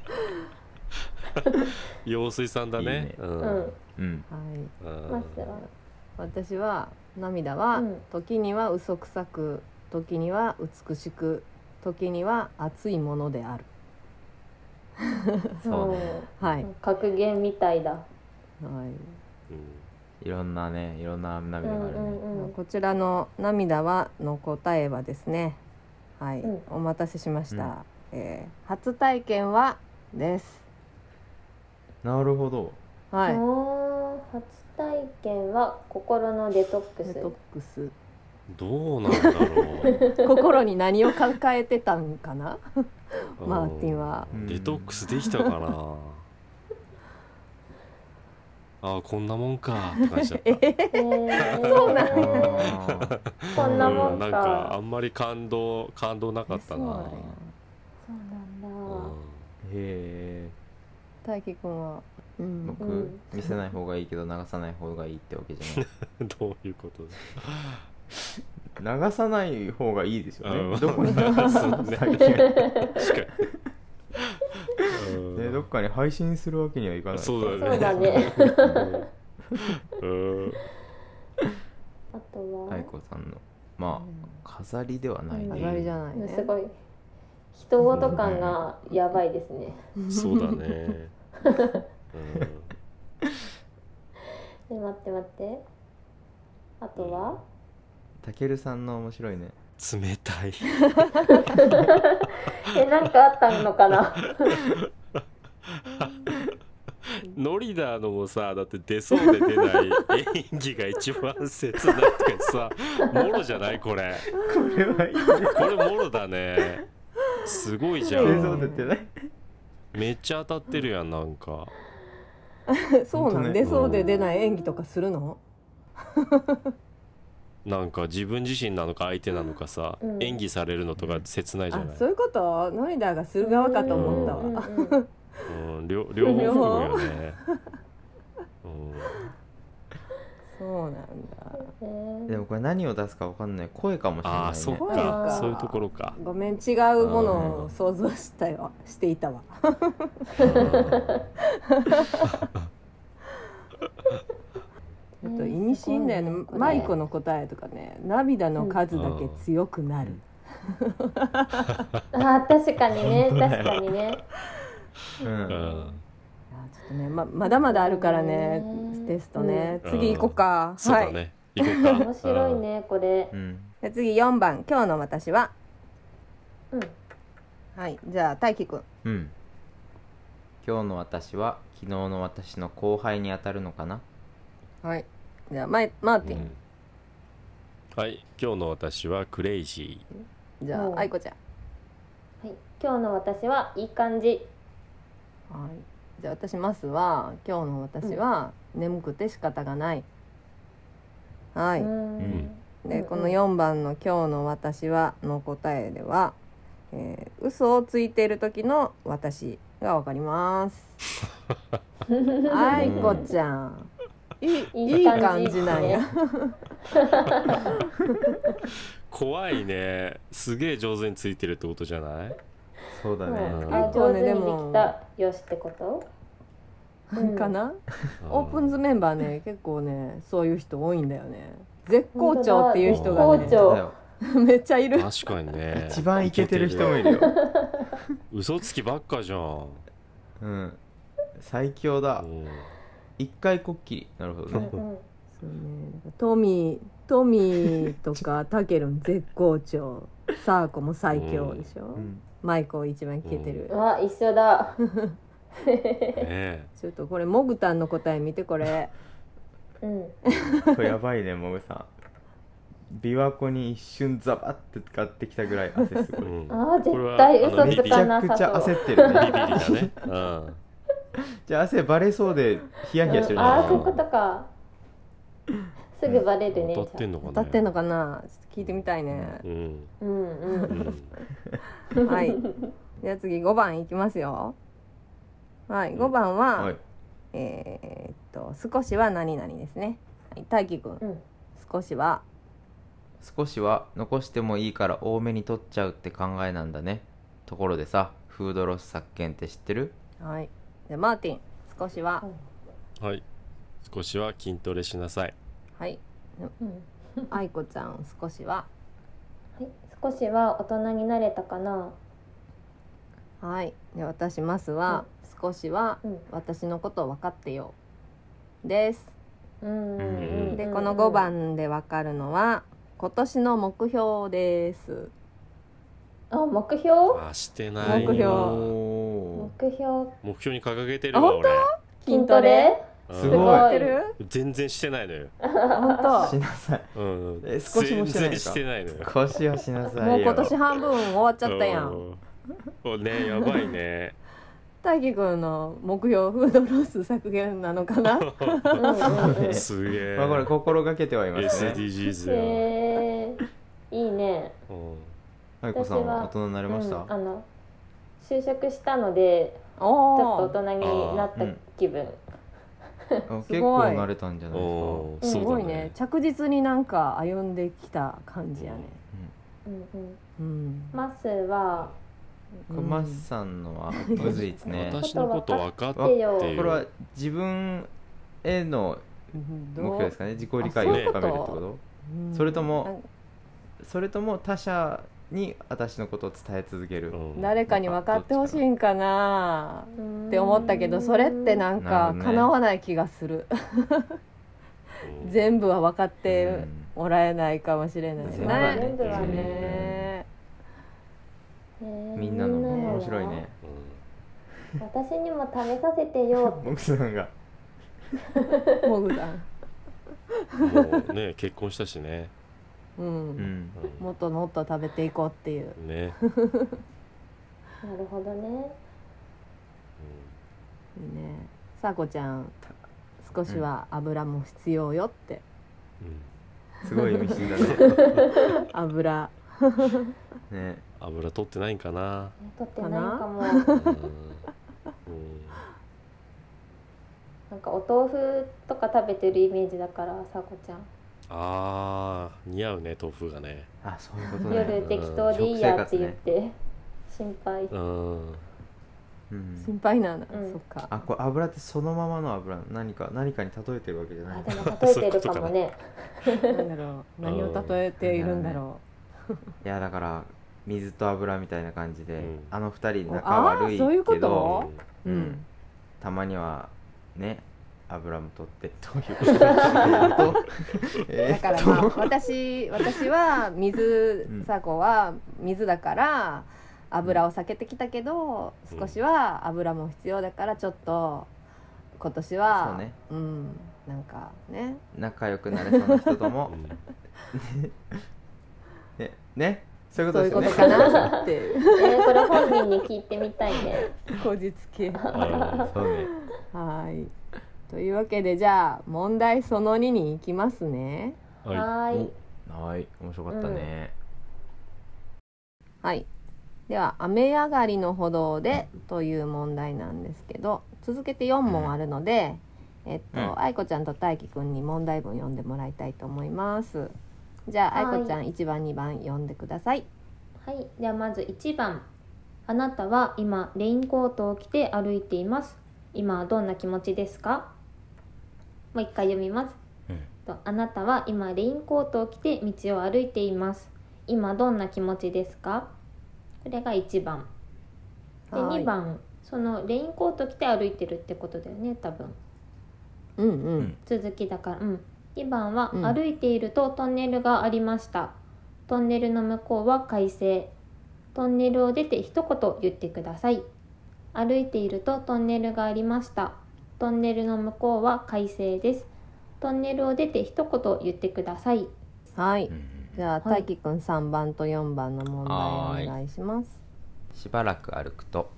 Speaker 5: 陽水さんだね
Speaker 4: いいね
Speaker 5: う
Speaker 3: うんん
Speaker 4: ん
Speaker 6: はい
Speaker 5: うん
Speaker 3: マスは
Speaker 6: 私は涙は、
Speaker 3: うん
Speaker 6: 時には嘘くさく時には美しく時には熱いものである
Speaker 4: そうね
Speaker 6: はい、
Speaker 3: うん格言みたいだ
Speaker 6: はい
Speaker 5: うん
Speaker 4: いろんなねいろんな涙があるね、
Speaker 3: うんうん
Speaker 6: こちらの「涙は?」の答えはですねはい、
Speaker 3: うん
Speaker 6: お待たせしました、えー初体験はです
Speaker 4: なるほど
Speaker 6: はい
Speaker 3: おー初体験は心のデトック
Speaker 6: デ
Speaker 3: ス
Speaker 6: トックス
Speaker 5: どうなんだ
Speaker 3: <laughs>
Speaker 5: ろ
Speaker 6: 心に何を抱えてたんかな
Speaker 5: う
Speaker 6: マーティンは
Speaker 5: うんデトックスできたか
Speaker 3: <laughs>
Speaker 5: なあーこんなもんかって感じだった
Speaker 3: <laughs> えー
Speaker 6: そうな
Speaker 4: あ
Speaker 6: んや
Speaker 3: <laughs>
Speaker 4: ー
Speaker 3: こんなも
Speaker 5: うん
Speaker 3: か,、
Speaker 5: なんかあんまり感動感動なかっ
Speaker 6: そ
Speaker 5: た
Speaker 6: うなん
Speaker 5: な
Speaker 6: や
Speaker 3: そうなんだ、
Speaker 4: へえ
Speaker 6: 大輝くんは、うん
Speaker 4: 僕、
Speaker 3: うん
Speaker 4: 見せない方がいいけど流さない方がいいってわけじ
Speaker 5: うんどういうことだ
Speaker 4: ゃない流さない方がいいですよ
Speaker 5: うん
Speaker 4: ね
Speaker 5: <laughs>
Speaker 4: どこに
Speaker 5: そうね
Speaker 4: 最
Speaker 5: 確
Speaker 4: 近
Speaker 5: かにうん
Speaker 4: ね、どっかに配信するわけにはいかないから
Speaker 5: そう
Speaker 3: そうだ
Speaker 5: だ
Speaker 3: ね
Speaker 5: ねうん
Speaker 3: あとは、
Speaker 4: 愛子さんのまあ飾りではない
Speaker 3: うん
Speaker 4: ね、
Speaker 6: 飾りじゃないね、
Speaker 3: すごい人ごと感がやばいですね
Speaker 5: うんそうだねうん
Speaker 3: え待って待ってあとは
Speaker 4: たけるさんの面白い <laughs> ね
Speaker 5: 冷たい
Speaker 3: えなんかあったのか
Speaker 4: <laughs>
Speaker 3: な
Speaker 5: ノリダーのもさだって出そうで出ない演技が一番切ないとかさもろじゃないこれ
Speaker 4: これはいいね
Speaker 5: これもろだねすごいじゃ
Speaker 6: うんそ
Speaker 4: 映像
Speaker 6: うだ
Speaker 4: 出
Speaker 5: ん
Speaker 6: ね
Speaker 4: てない
Speaker 5: めっちゃ当たってるやんなんか
Speaker 6: そうなん、
Speaker 4: 本当ね
Speaker 6: 出そうで出ない演技とかするの
Speaker 5: なんか自分自身なのか相手なのかさ、
Speaker 3: うん
Speaker 5: 演技されるのとか切ないじゃ
Speaker 6: あ
Speaker 5: ない
Speaker 6: そういうことノリダーがする側かと思ったわ、
Speaker 3: うんうんうん
Speaker 5: うん、両両方含むよね、うん、
Speaker 6: そうなんだ
Speaker 3: えー
Speaker 4: でもこれ何を出すかわかんない声かもしれない、
Speaker 5: あ
Speaker 4: ね、
Speaker 5: あそっ
Speaker 6: 声か
Speaker 5: かそういうところか
Speaker 6: ごめん違うものを想像したよしていたわ <laughs> あと意味深だよね、
Speaker 3: すごいねこれ
Speaker 6: マイコの答えとかね涙の数だけ強くなる、
Speaker 3: あー確かにね
Speaker 4: 本当だ
Speaker 3: 確
Speaker 4: よ
Speaker 3: かにね
Speaker 4: うん、
Speaker 5: うん
Speaker 6: あちょっとねままだまだあるからね
Speaker 3: うん
Speaker 6: テストね、
Speaker 5: うん
Speaker 6: 次行こうか、
Speaker 5: そう
Speaker 6: は
Speaker 5: だ
Speaker 6: い
Speaker 5: ね、行こうか
Speaker 3: 面白いねこれ
Speaker 4: うん
Speaker 6: じゃあ次4番今日の私は
Speaker 3: うん
Speaker 6: はいじゃあ大輝くん
Speaker 4: うん今日の私は昨日の私の後輩にあたるのかな
Speaker 6: はいじゃあマイマー
Speaker 5: う
Speaker 6: ティン
Speaker 5: ん、、はい今日の私はクレイジー
Speaker 6: じゃ
Speaker 3: うん
Speaker 6: あ愛子ちゃん
Speaker 3: はい今日の私はいい感じ
Speaker 6: はいじゃあ私ますは今日の私は眠くて仕方がない。は
Speaker 3: う
Speaker 6: い。
Speaker 3: ん
Speaker 6: で
Speaker 3: うん
Speaker 6: この4番の「今日の私は」の答えでは、えー嘘をついている時の私がわかります。
Speaker 3: <laughs>
Speaker 6: はい、
Speaker 4: うん
Speaker 6: こっちゃん。いいい
Speaker 3: い
Speaker 6: い
Speaker 3: い
Speaker 6: 感
Speaker 3: 感じ
Speaker 6: じなんや。
Speaker 5: 怖いねすげえ上手についてるってことじゃない
Speaker 4: そうだね。
Speaker 5: うん
Speaker 3: あ
Speaker 6: 結構
Speaker 3: 上
Speaker 6: ね
Speaker 3: 手
Speaker 6: で
Speaker 3: にで
Speaker 6: も
Speaker 3: きたよしってことうん
Speaker 6: かな、
Speaker 5: うん
Speaker 6: オープンズメンバー
Speaker 3: <laughs>
Speaker 6: ね結構ねそういう人多いんだよね。絶好調っていう人が
Speaker 3: 本当
Speaker 6: ね
Speaker 3: だ
Speaker 4: そうだよ
Speaker 6: めっちゃいる。
Speaker 5: 確かにね
Speaker 4: 一番イケてる人もいるよ。
Speaker 5: 嘘つきばっかじゃん、
Speaker 4: うん。最強だ
Speaker 5: う。ん
Speaker 4: 一回こっきり。なるほど
Speaker 3: うん
Speaker 4: ね。
Speaker 3: うん
Speaker 6: そうね、トミー、トミーとかタケルン絶好調、サーコも最強でしょ。
Speaker 4: うん。
Speaker 6: マイコ一番消えてる。
Speaker 3: うわ一緒だ
Speaker 5: ねえ
Speaker 6: ちょっとこれモグタンの答え見てこれ。
Speaker 3: うん
Speaker 4: これやばいね、もぐさん。琵琶湖に一瞬ザバって買ってきたぐらい汗すご
Speaker 5: う
Speaker 4: い。
Speaker 5: ん
Speaker 3: あー
Speaker 5: これ
Speaker 3: 絶
Speaker 5: は
Speaker 3: 対
Speaker 5: あの
Speaker 3: 嘘
Speaker 5: ビ
Speaker 3: つ
Speaker 5: ビビ
Speaker 4: めち
Speaker 3: か
Speaker 4: ゃ
Speaker 3: な
Speaker 4: く
Speaker 3: 佐
Speaker 4: ちゃ
Speaker 3: 藤
Speaker 4: 焦ってる
Speaker 5: ビ
Speaker 4: ね。
Speaker 5: だね、うん、
Speaker 4: <laughs> じゃあ汗バレそうでヒヤヒヤしてる
Speaker 3: うん
Speaker 4: じゃ
Speaker 3: ああ
Speaker 4: ない
Speaker 3: そういうことかすぐバレるね
Speaker 5: 当たってんのかね
Speaker 6: 当たってんのかな。ちょっと聞いてみたいね
Speaker 5: う。ん
Speaker 3: うん
Speaker 5: う
Speaker 3: うん
Speaker 5: ん
Speaker 6: はい。じゃあ次5番いきますよ。はい、5番は、
Speaker 4: はい。
Speaker 6: えーっと少しは何々ですね。はい、大輝くん、
Speaker 3: うん
Speaker 6: 少しは
Speaker 4: 少しは残してもいいから多めに取っちゃうって考えなんだねところでさフードロス削減って知ってる
Speaker 6: はい。じゃあマーティン、少しは、
Speaker 5: はい少しは筋トレしなさい
Speaker 6: はい。
Speaker 3: うん
Speaker 6: 愛子ちゃん、少しは。
Speaker 3: はい少しは大人になれたかな
Speaker 6: はい。で私マスは、少しは
Speaker 3: うん
Speaker 6: 私のこと分かってよです。
Speaker 3: うんうんうん
Speaker 6: でこの5番で分かるのは今年の目標です。
Speaker 3: あ目標
Speaker 5: あしてない
Speaker 6: 目標
Speaker 5: わ
Speaker 4: お
Speaker 3: 目標
Speaker 5: 目標に掲げてるわ俺
Speaker 3: 筋トレ
Speaker 4: す
Speaker 5: うん
Speaker 4: ごい
Speaker 6: やってる？
Speaker 5: 全然してないのよ、
Speaker 6: 本
Speaker 4: ーし
Speaker 6: 当。
Speaker 4: なさ
Speaker 5: <laughs>
Speaker 4: い
Speaker 5: うん、
Speaker 4: え少しもしてな
Speaker 5: 全
Speaker 4: いん
Speaker 5: 然
Speaker 4: です
Speaker 5: し
Speaker 4: か
Speaker 5: てないのよ
Speaker 4: 少しはしなさいよ
Speaker 6: もう今年半分終わっちゃったやん。
Speaker 5: うんおねやばいね
Speaker 6: 大輝くんの目標フードロス削減なのか
Speaker 4: <laughs>
Speaker 6: な？
Speaker 3: うんうんうん
Speaker 5: すげえ、
Speaker 4: まあこれ心がけてはいますね
Speaker 5: SDGs よ、
Speaker 3: へーいいね
Speaker 5: うん
Speaker 4: 愛子さんは大人になれまし
Speaker 3: うんあ
Speaker 4: た
Speaker 3: の就職したのでち
Speaker 6: お
Speaker 3: ょ
Speaker 6: お
Speaker 3: っと。大人になった気分
Speaker 4: あ
Speaker 6: す
Speaker 4: 結
Speaker 6: ご
Speaker 4: 構
Speaker 6: い
Speaker 4: 慣れたんじゃないですか
Speaker 5: おー
Speaker 6: す
Speaker 5: そう
Speaker 6: ご
Speaker 5: だ
Speaker 6: い
Speaker 5: ね
Speaker 6: ね。着実になんか歩んできた感じやね。
Speaker 3: うんうん
Speaker 6: うん。
Speaker 3: まずは
Speaker 4: これマッさんのはむずいですね
Speaker 5: 私のこと分かってよ
Speaker 3: わ
Speaker 5: って
Speaker 3: 私
Speaker 5: いう
Speaker 4: これは自分への
Speaker 6: うん
Speaker 4: 目標ですかね自己理解を
Speaker 6: あそういうこと
Speaker 4: 深めるってこと
Speaker 6: うん
Speaker 4: それともそれとも他者に私のことを伝え続ける
Speaker 5: うん
Speaker 6: 誰かに分かってほしいんかなって思ったけどそれってなん
Speaker 4: なる
Speaker 6: か
Speaker 4: ほどね
Speaker 6: 叶わない気がする <laughs>
Speaker 5: うん
Speaker 6: 全部は分かって
Speaker 4: うん
Speaker 6: もらえないかもしれない
Speaker 4: 全
Speaker 3: 部はね
Speaker 6: ね
Speaker 3: 全部はね
Speaker 6: ね
Speaker 4: みんなの
Speaker 6: の
Speaker 4: 面白いね
Speaker 5: う
Speaker 3: 私にも食べさせてよ
Speaker 4: 奥さんが
Speaker 6: モグさん
Speaker 5: んもうね結婚したしね、
Speaker 6: う
Speaker 4: うんん
Speaker 5: う、
Speaker 6: もっともっと食べていこうっていうん
Speaker 5: ね、
Speaker 3: なるほどね
Speaker 6: いいねさあこちゃん少しは油も必要よって
Speaker 5: うんうん
Speaker 4: すごい意味深だね
Speaker 6: 油
Speaker 4: ね
Speaker 5: 油取ってないんかな、
Speaker 3: 取ってないかも
Speaker 5: うんうん
Speaker 3: なんかお豆腐とか食べてるイメージだからさこちゃん
Speaker 5: あー似合うね豆腐がね
Speaker 4: あそういうことね
Speaker 3: 夜適当でいいやって言って心配
Speaker 5: うん
Speaker 4: うん
Speaker 6: 心配なんだ、
Speaker 3: うん
Speaker 6: そっか
Speaker 4: あこれ油ってそのままの油何か何かに例えてるわけじゃな
Speaker 3: あ
Speaker 4: い
Speaker 3: でも例えてるかもね
Speaker 6: なんだろう何を例えているんだろ
Speaker 4: いやだから水と油みたいな感じで、
Speaker 5: うん
Speaker 4: あの二人
Speaker 6: お
Speaker 4: 仲
Speaker 6: あー
Speaker 4: 悪い
Speaker 6: そういうこ
Speaker 4: けど
Speaker 6: と
Speaker 5: う
Speaker 6: う、
Speaker 4: う
Speaker 6: うんん、
Speaker 4: たまにはね油も取ってどういうことだ <laughs> え
Speaker 6: だ
Speaker 4: っと
Speaker 6: からまあ私私は水
Speaker 4: うん
Speaker 6: さこは水だから油を避けてきたけど
Speaker 5: うん
Speaker 6: 少しは油も必要だからちょっと今年
Speaker 4: そ
Speaker 6: は
Speaker 4: うね
Speaker 6: んなんかね
Speaker 4: 仲良くなれそうな人と
Speaker 5: ん
Speaker 4: もねねそういうこ
Speaker 6: そ
Speaker 4: と
Speaker 6: うい
Speaker 4: で
Speaker 6: う
Speaker 4: す
Speaker 6: こ
Speaker 4: よね
Speaker 6: とかなっていう
Speaker 4: <laughs>
Speaker 3: えーこれ本人に聞いてみたいね。
Speaker 6: こじつけは
Speaker 4: うんそうね
Speaker 6: ーいというわけでじゃあ問題その2に行きますね
Speaker 5: は
Speaker 3: はーい。
Speaker 4: おはい面白かったね、
Speaker 6: はいでは「雨上がりの歩道で」という問題なんですけど続けて4問あるので、えっ
Speaker 4: うん
Speaker 6: と、愛子ちゃんと大輝くんに問題文読んでもらいたいと思いますじゃあ
Speaker 3: はーい
Speaker 6: 愛子ちゃん1番2番読んでください
Speaker 3: はい、ではまず1番あなたは今レインコートを着て歩いています今はどんな気持ちですかもう一回読みます、
Speaker 4: うん
Speaker 3: とあなたは今レインコートを着て道を歩いています今どんな気持ちですかこれが1番で
Speaker 6: はーい
Speaker 3: 2番そのレインコート着て歩いてるってことだよね多分
Speaker 6: うんうん、
Speaker 4: うん
Speaker 3: 続きだからうん2番は、
Speaker 6: うん
Speaker 3: 歩いているとトンネルがありましたトンネルの向こうは快晴トンネルを出て一言言ってください歩いているとトンネルがありましたトンネルの向こうは快晴ですトンネルを出て一言言ってください
Speaker 6: はい
Speaker 4: うんうん
Speaker 6: じゃあ
Speaker 3: は
Speaker 6: 大
Speaker 3: い
Speaker 6: 輝くん3番と4番の問
Speaker 4: はー
Speaker 6: 題
Speaker 4: い
Speaker 6: お願いします
Speaker 4: しばらく歩くと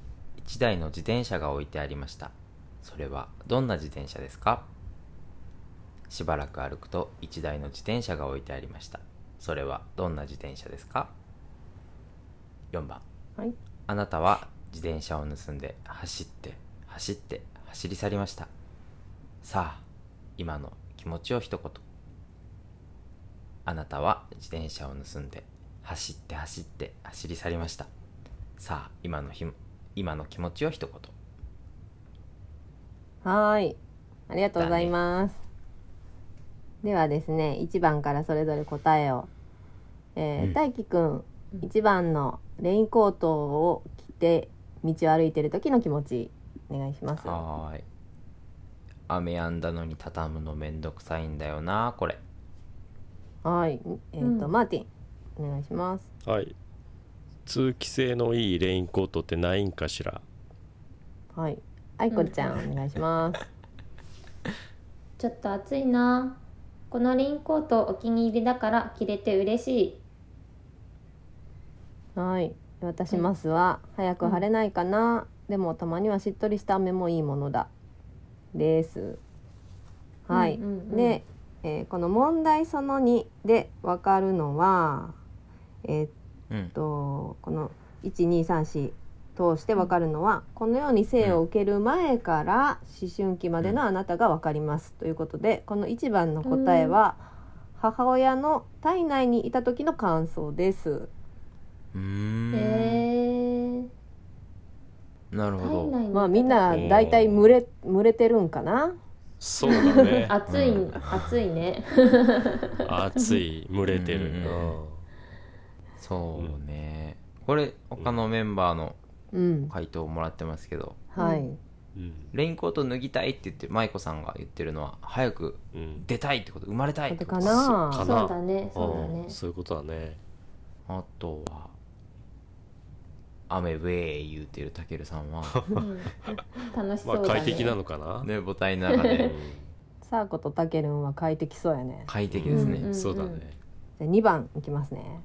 Speaker 4: 1台の自転車が置いてありましたそれはどんな自転車ですかしばらく歩くと1台の自転車が置いてありましたそれはどんな自転車ですか4番
Speaker 6: はい
Speaker 4: あなたは自転車を盗んで走って走って走り去りましたさあ今の気持ちを一言あなたは自転車を盗んで走って走って走り去りましたさあ今のひ今の気持ちを一言
Speaker 6: はーいありがとうございます、ではですね1番からそれぞれ答えを、えー
Speaker 4: うん
Speaker 6: 大輝くん
Speaker 3: ん
Speaker 6: 1番のレインコートを着て道を歩いてる時の気持ちお願いします
Speaker 4: はーい雨やんだのに畳むのめんどくさいんだよなこれ
Speaker 6: はいえっ、と、
Speaker 3: うん
Speaker 6: マーティンお願いします
Speaker 5: い、はい、通気性のいいレインコートってないんかしら
Speaker 6: はい愛子ちゃん、お願いします
Speaker 3: ちょっと暑いなこのレインコートお気に入りだから着れて嬉しい <laughs>
Speaker 6: はい私マスは「早く晴れないかな、でもたまにはしっとりした雨もいいものだ」です。はい、
Speaker 3: うんうんうん
Speaker 6: で、えーこの問題その2でわかるのはえーっ
Speaker 4: うん
Speaker 6: とこの1234通してわかるのは、このように生を受ける前から思春期までのあなたがわかります、ということでこの1番の答えは、母親の体内にいた時の感想です。
Speaker 4: うーん
Speaker 3: へえ
Speaker 4: なる
Speaker 3: ー、
Speaker 4: ほど
Speaker 3: 体内にいただけ
Speaker 6: まあみんな大体群れ群れてるんかな。
Speaker 5: そうだ <laughs> ね
Speaker 3: 暑い、
Speaker 4: うん
Speaker 3: 暑いね
Speaker 5: 暑い蒸れてる、
Speaker 4: うんうん
Speaker 5: うん
Speaker 4: そうねこれ他のメンバーの
Speaker 6: うん、
Speaker 4: 回答もらってますけど
Speaker 6: はい。
Speaker 5: うん
Speaker 4: レインコート脱ぎたいって言って舞子さんが言ってるのは早く
Speaker 5: うん
Speaker 4: 出たいってこと生まれたいってこと
Speaker 6: かな
Speaker 5: そ
Speaker 3: そ
Speaker 5: っかな
Speaker 3: うだねそうだ
Speaker 5: う
Speaker 3: ね
Speaker 5: んそういうことだね
Speaker 4: あとは雨ウェー言うてるたけるさ
Speaker 5: <laughs>
Speaker 4: んは <laughs>
Speaker 3: うん楽し
Speaker 5: まあ
Speaker 3: そうだね。
Speaker 5: 快適なのかな、
Speaker 4: ね母体の中 <laughs>
Speaker 5: う
Speaker 4: で
Speaker 5: ん
Speaker 6: サーコとタケルンは快適そうやね。
Speaker 4: 快適ですね、
Speaker 3: うんうん
Speaker 5: そうだね
Speaker 6: じゃあ2番いきますね。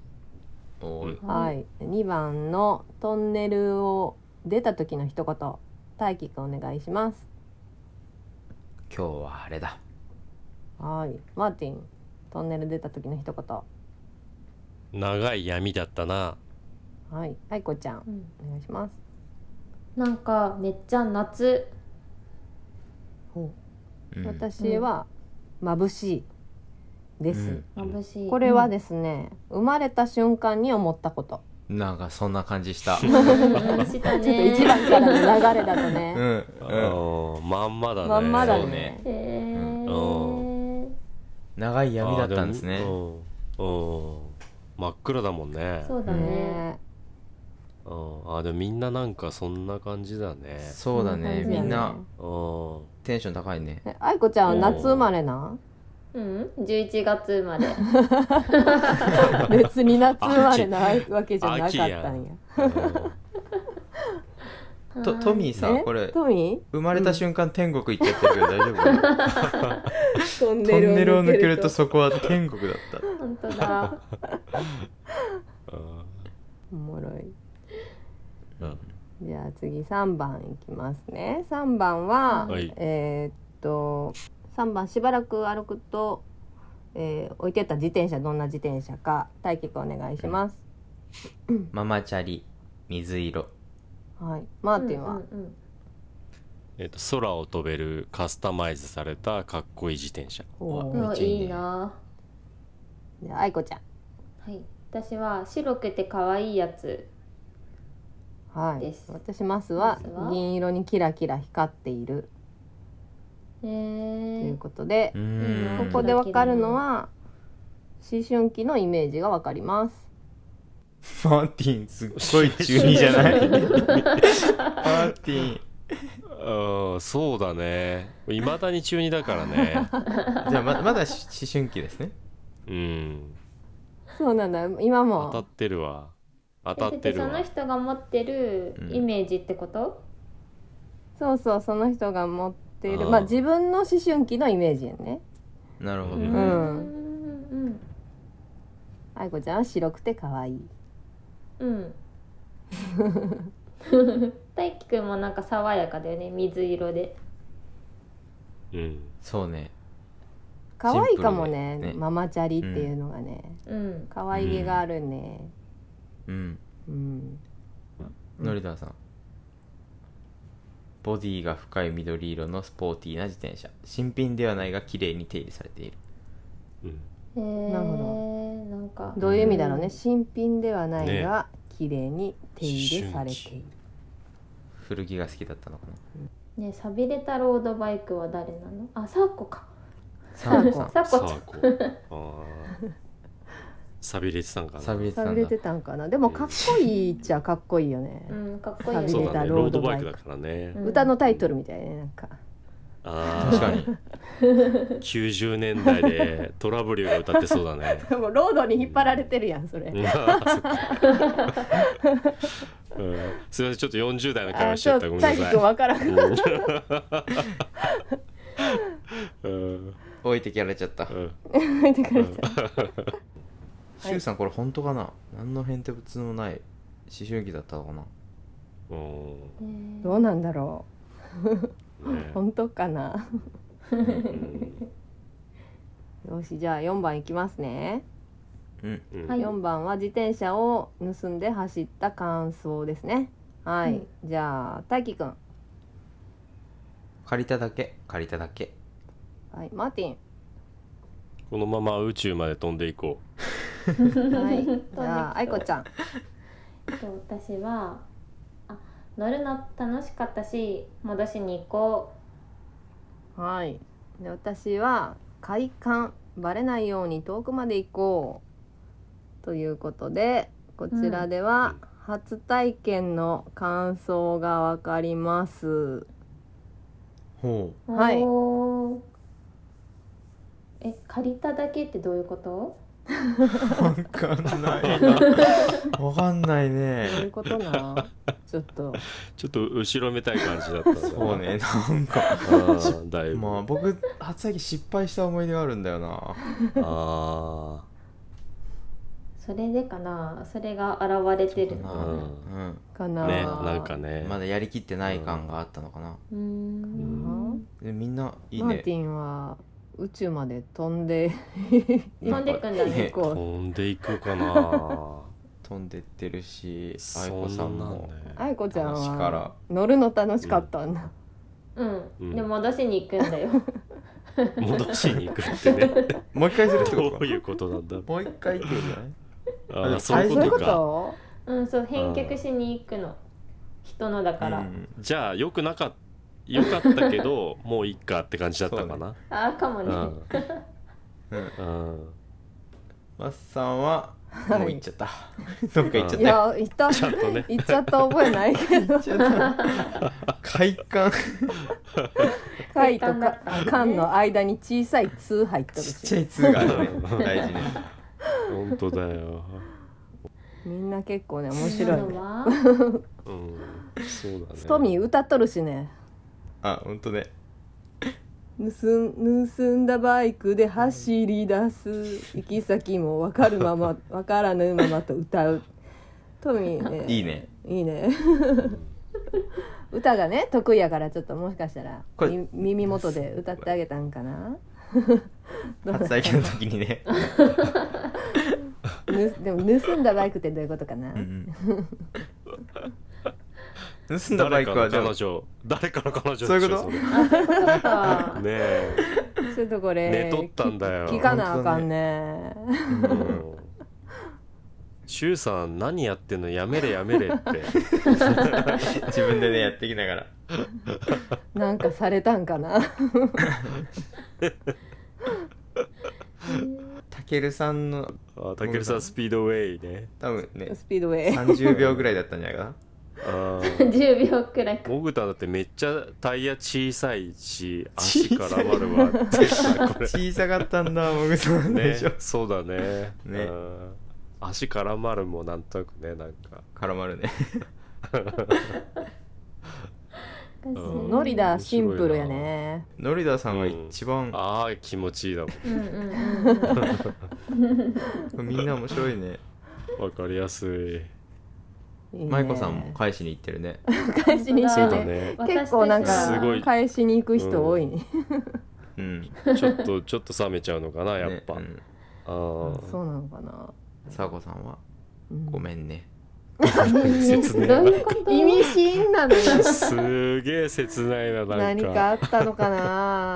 Speaker 4: おーい
Speaker 6: は。
Speaker 3: はい
Speaker 6: 2番のトンネルを出た時の一言、大輝くんお願いします。
Speaker 4: 今日は晴れだ
Speaker 6: はい。マーティン、トンネル出た時の一
Speaker 5: 長い闇だったな
Speaker 6: 言。はい。愛子ちゃん
Speaker 3: うん
Speaker 6: お願いします。
Speaker 3: なんかめっちゃ夏。
Speaker 4: うん
Speaker 6: 私は眩しいです。
Speaker 4: うん
Speaker 3: 眩しい。
Speaker 6: これはですね、生まれた瞬間に思ったこと。
Speaker 4: なんかそんな感じした。
Speaker 3: うん。うんうんし
Speaker 6: ち
Speaker 3: た
Speaker 6: ょっと
Speaker 3: ね。
Speaker 6: 1番からの流れだとね。
Speaker 4: うん、うん
Speaker 5: あーまんまだね
Speaker 6: まんまだ
Speaker 4: そう
Speaker 6: ね
Speaker 4: ね。
Speaker 3: へー
Speaker 4: 長い闇だったんです
Speaker 5: あ
Speaker 4: ね
Speaker 5: ー。もうんうん真っ暗だもんね
Speaker 3: そうだね。
Speaker 6: ね
Speaker 5: うんあーでもみんななんかそんな感じだね
Speaker 4: そうだね、
Speaker 6: こんな感じ
Speaker 4: み
Speaker 6: だね
Speaker 4: ん
Speaker 5: う
Speaker 4: な
Speaker 5: ん
Speaker 4: テンション高いね。
Speaker 6: え愛子ちゃんは夏生まれなん
Speaker 3: うん。11月生まれ。
Speaker 6: 別に夏生まれなわけじゃなかったん
Speaker 5: 秋
Speaker 6: や
Speaker 5: やうん
Speaker 4: とトミーさ
Speaker 6: え
Speaker 4: ん、これ
Speaker 6: トミ
Speaker 4: 生まれた瞬間天国行っちゃってるけど大丈夫？
Speaker 6: ートン
Speaker 4: トンネルを抜けると
Speaker 6: そ
Speaker 4: そこは天国だった。
Speaker 3: ー本当だ。
Speaker 5: うん
Speaker 6: おもろい
Speaker 5: うん
Speaker 6: じゃあ次3番いきますね3番は、
Speaker 5: はい
Speaker 6: えーっと3番しばらく歩くと、えー置いてった自転車どんな自転車か大輝くんお願いします、
Speaker 4: <laughs> ママチャリ水色
Speaker 6: はい、マーティンは、
Speaker 3: うんうん
Speaker 5: えっと空を飛べるカスタマイズされたかっこいい自転車
Speaker 6: お
Speaker 3: う
Speaker 6: ー
Speaker 3: んう
Speaker 4: め
Speaker 3: わ
Speaker 4: っちゃいいね
Speaker 3: いいな
Speaker 6: じゃあ愛子ちゃん
Speaker 3: はい私は白くて可愛いやつ
Speaker 6: はい
Speaker 3: です
Speaker 6: 私マスは
Speaker 3: マスは
Speaker 6: 銀色にキラキラ光っている
Speaker 3: え
Speaker 6: とい
Speaker 3: ー
Speaker 6: う、ことで、
Speaker 4: う
Speaker 3: いい
Speaker 4: ー
Speaker 3: なん
Speaker 6: ここでわかるのは思春期のイメージがわかります
Speaker 4: マーティンすっごい中二じゃないマーティン
Speaker 5: うんそうだねいまだに中二だから <laughs> ね
Speaker 4: じゃあままだし思春期ですね
Speaker 5: うん
Speaker 6: そうなんだ今
Speaker 5: 当た
Speaker 6: も
Speaker 5: ってるわ当た
Speaker 3: え
Speaker 5: ってる
Speaker 3: そ
Speaker 5: わ
Speaker 3: の人が持ってる
Speaker 4: うん
Speaker 3: イメージってこと、
Speaker 6: そうそうその人が持っている
Speaker 4: あー
Speaker 6: まあ自分の思春期のイメージやね
Speaker 4: なるほど
Speaker 5: う
Speaker 3: う
Speaker 4: ね、
Speaker 3: んうん
Speaker 6: 愛子ちゃんは白くて可愛い
Speaker 3: うんうん
Speaker 6: <laughs>
Speaker 3: 大輝くんもなんか爽やかだよね水色で
Speaker 5: うん
Speaker 4: そうね
Speaker 6: 可愛いかもね
Speaker 4: シンプルでね
Speaker 6: ママチャリっていうのがね、
Speaker 3: うん
Speaker 6: 可愛げがあるね
Speaker 4: うん
Speaker 6: うん、
Speaker 4: ノリダーさんボディが深い緑色のスポーティーな自転車新品ではないが綺麗に手入れされている
Speaker 5: うん
Speaker 3: へえ
Speaker 6: なる
Speaker 3: なんか
Speaker 6: どういう意味だろうね、
Speaker 3: うん
Speaker 6: 新品ではないが綺麗に手入れされている、
Speaker 4: 古着が好きだったのかな
Speaker 3: ねさびれたロードバイクは誰なのあサーコか
Speaker 4: サーコさん
Speaker 3: サ
Speaker 5: さ
Speaker 3: ーコ
Speaker 5: あこうあーさびれてたんかな
Speaker 4: さびれてた
Speaker 6: さ
Speaker 4: ん
Speaker 6: びれ
Speaker 4: だ
Speaker 6: てたんかなでもかっこいいっちゃかっこいいよね、
Speaker 3: うんかっこいいよね
Speaker 5: そう
Speaker 6: れ
Speaker 5: だ
Speaker 6: た
Speaker 5: ね
Speaker 6: ロ
Speaker 5: ロ
Speaker 6: ー
Speaker 5: ー
Speaker 6: ド
Speaker 5: ド
Speaker 6: バ
Speaker 5: バ
Speaker 6: イ
Speaker 5: イ
Speaker 6: ク
Speaker 5: クだからね
Speaker 3: うん
Speaker 6: 歌のタイトルみたいねなんか
Speaker 5: あ
Speaker 4: 確
Speaker 5: ー
Speaker 4: かに
Speaker 5: 90年代でトラブルが歌ってそうだ
Speaker 4: <laughs>
Speaker 5: ね
Speaker 6: でもロードに引っ張られてるやんそれ、
Speaker 5: うんあーそっかうんすいませんちょっと40代の会
Speaker 6: あ
Speaker 5: 話しちゃったごめんな
Speaker 6: 大
Speaker 5: さ
Speaker 6: 輝
Speaker 5: い
Speaker 6: くんわからん
Speaker 5: うんうん
Speaker 4: 置いてきられちゃった
Speaker 5: うん
Speaker 6: 書いてくれちゃう
Speaker 4: シュウさんこれ本当かな何の変哲もない思春期だったのかな
Speaker 5: う
Speaker 3: ね
Speaker 6: どうなんだろ
Speaker 5: んね
Speaker 6: う本当かな
Speaker 5: うん
Speaker 6: よしじゃあ4番いきますね、
Speaker 4: うん
Speaker 5: うん
Speaker 3: はい
Speaker 6: 4番は自転車を盗んで走った感想ですねはい、じゃあ大輝くん、は
Speaker 4: 借りただけ借りただけ
Speaker 6: い、マーティン
Speaker 5: このまま宇宙まで飛んでいこ
Speaker 6: はい、じゃあ
Speaker 3: 飛んできそう
Speaker 6: 愛子ちゃん。
Speaker 3: そう私はあ乗るの楽しかったし戻しに行こ
Speaker 6: はい。で私は快感バレないように遠くまで行こうということでこちらでは
Speaker 5: う
Speaker 6: 初体験の感想がわかります。
Speaker 4: ほ
Speaker 3: う
Speaker 6: はい
Speaker 3: おーえ借りただけってどういうこと
Speaker 4: うわかんない <laughs> わかんない
Speaker 6: どういう
Speaker 4: ね
Speaker 6: ことな？ <laughs> ちょっと
Speaker 5: うちょっと後ろめたい感じだったんだ
Speaker 4: そうねなんか
Speaker 5: あーだいぶ、
Speaker 4: <laughs> まあ僕初体験失敗した思い出があるんだよな
Speaker 5: あ
Speaker 3: それでかなそれが現れてる
Speaker 4: そうか
Speaker 5: あ
Speaker 4: なうん
Speaker 6: か
Speaker 5: う
Speaker 6: な。
Speaker 5: んねなんかね
Speaker 4: まだやりきってない感があったのかな
Speaker 3: うーん
Speaker 4: でみんないい
Speaker 6: マー
Speaker 4: ね
Speaker 6: ティンは宇宙まで飛んで
Speaker 3: 飛んでくんだ
Speaker 4: いい
Speaker 3: ね
Speaker 4: ね
Speaker 6: こう。
Speaker 5: 飛んでいく
Speaker 4: <laughs>
Speaker 5: かな
Speaker 4: 飛んでってるし愛
Speaker 5: そ
Speaker 4: 子
Speaker 5: ん
Speaker 4: さ
Speaker 5: なんん
Speaker 4: も
Speaker 5: ね
Speaker 6: 愛子ちゃん
Speaker 4: 話から
Speaker 6: は乗るの楽しかったんだ。
Speaker 3: うん、
Speaker 5: うん
Speaker 3: で戻しに行くんだよ
Speaker 5: 戻しに行くって
Speaker 4: <laughs>
Speaker 5: ね
Speaker 4: もう一回するってこと
Speaker 5: ど
Speaker 4: か
Speaker 5: ういうことなんだ
Speaker 4: もう一回行くんじゃない
Speaker 5: ああ
Speaker 4: あ
Speaker 5: そういう
Speaker 6: そうい
Speaker 5: こ
Speaker 6: うこ
Speaker 5: とか
Speaker 6: と？
Speaker 3: <laughs> うんそう返却しに行くの人のだから、
Speaker 4: うん
Speaker 5: じゃあよくなかったよかったけど <laughs> もういっかって感じだったかな
Speaker 3: あーかも
Speaker 5: う
Speaker 3: ね、
Speaker 5: ん
Speaker 4: う
Speaker 5: う
Speaker 4: ん
Speaker 5: ん
Speaker 4: マスさんはもう行っちゃった <laughs> どっか行っちゃっ
Speaker 6: い
Speaker 4: たよ
Speaker 6: や行った
Speaker 5: ちゃんとね
Speaker 6: 行っちゃった覚えないけど
Speaker 4: 行っちゃった <laughs> 快感
Speaker 6: 貝と
Speaker 3: 快感だっ
Speaker 6: か
Speaker 3: たんだね
Speaker 6: 缶の間に小さい「通入っとる
Speaker 4: ちっちゃ
Speaker 6: し
Speaker 4: い「つ」がね大事ね
Speaker 5: 本当だよ
Speaker 6: みんな結構ね面白い
Speaker 3: 今
Speaker 6: ね
Speaker 3: のは
Speaker 5: うんそうだね
Speaker 6: ストミー歌っとるしね
Speaker 4: あ本当ね
Speaker 6: 盗ん盗んだバイクで走り出す行き先も分かるまま分からぬままと歌うトミーね
Speaker 4: いいね
Speaker 6: いいね歌がね得意やからちょっともしかしたら
Speaker 4: これ
Speaker 6: み耳元で歌ってあげたんかなどうなん
Speaker 4: 初体験の時にね
Speaker 6: <laughs> ぬでも盗んだバイクってどういうことかな、
Speaker 4: うんうん盗んだバ
Speaker 5: 誰
Speaker 4: イク
Speaker 5: か
Speaker 4: は
Speaker 5: の
Speaker 4: でも
Speaker 5: 彼女誰かの彼女でしょ
Speaker 4: そういうこと
Speaker 5: それ
Speaker 6: <laughs>
Speaker 5: ね
Speaker 3: か
Speaker 5: え
Speaker 6: ちょっとこれ、
Speaker 5: ね撮ったんだよ
Speaker 6: 聞聞かなあかんね
Speaker 5: うんシュウさん何やってんのやめれやめ
Speaker 4: <laughs>
Speaker 5: れって
Speaker 4: 自分でねやってきながら
Speaker 6: なんかされたんかな
Speaker 4: たけるさんの
Speaker 5: あたけるさんスピードウェイね
Speaker 4: 多分ね
Speaker 6: スピードウェイ
Speaker 4: 30秒ぐらいだったんじゃないかな
Speaker 5: あー
Speaker 3: 10秒くらいか
Speaker 5: モグタだってめっちゃタイヤ小さいし足絡まるわってさこれ
Speaker 4: 小さかったんだもぐさん <laughs> で
Speaker 5: ね
Speaker 4: しょ、、
Speaker 5: そうだね
Speaker 4: ね
Speaker 5: うん足絡まるもなんとなくねなんか
Speaker 4: 絡まるね
Speaker 3: しい
Speaker 5: うん
Speaker 6: ノリだシンプルやね
Speaker 4: ノリダさんが一番、
Speaker 5: ああ気持ちいいだも
Speaker 3: うんうん
Speaker 6: <laughs>
Speaker 3: うんうん
Speaker 4: みんな面白いね
Speaker 5: んわかり
Speaker 6: <laughs>
Speaker 5: やす
Speaker 6: いいね
Speaker 4: 舞子さんも返しに行ってるね
Speaker 6: 返しに
Speaker 5: い
Speaker 6: 行
Speaker 3: あ
Speaker 6: く
Speaker 5: そ
Speaker 3: ー
Speaker 5: う
Speaker 6: ね
Speaker 5: だね
Speaker 6: 結構なん
Speaker 3: 私と
Speaker 5: す
Speaker 3: して
Speaker 5: ご
Speaker 3: はい
Speaker 6: か返しに行く人多いね、
Speaker 4: うん
Speaker 5: ちょっとちょっと冷めちゃうのかなやっぱ、
Speaker 4: ねうん
Speaker 5: あー
Speaker 6: そうなのかな、
Speaker 4: さあこさんは
Speaker 6: うん
Speaker 4: ごめんね
Speaker 5: <laughs> 切ない
Speaker 3: どういうこと
Speaker 6: 意味深なのよ
Speaker 5: すげえ切ないななん
Speaker 6: 何
Speaker 5: か
Speaker 6: かあったのかな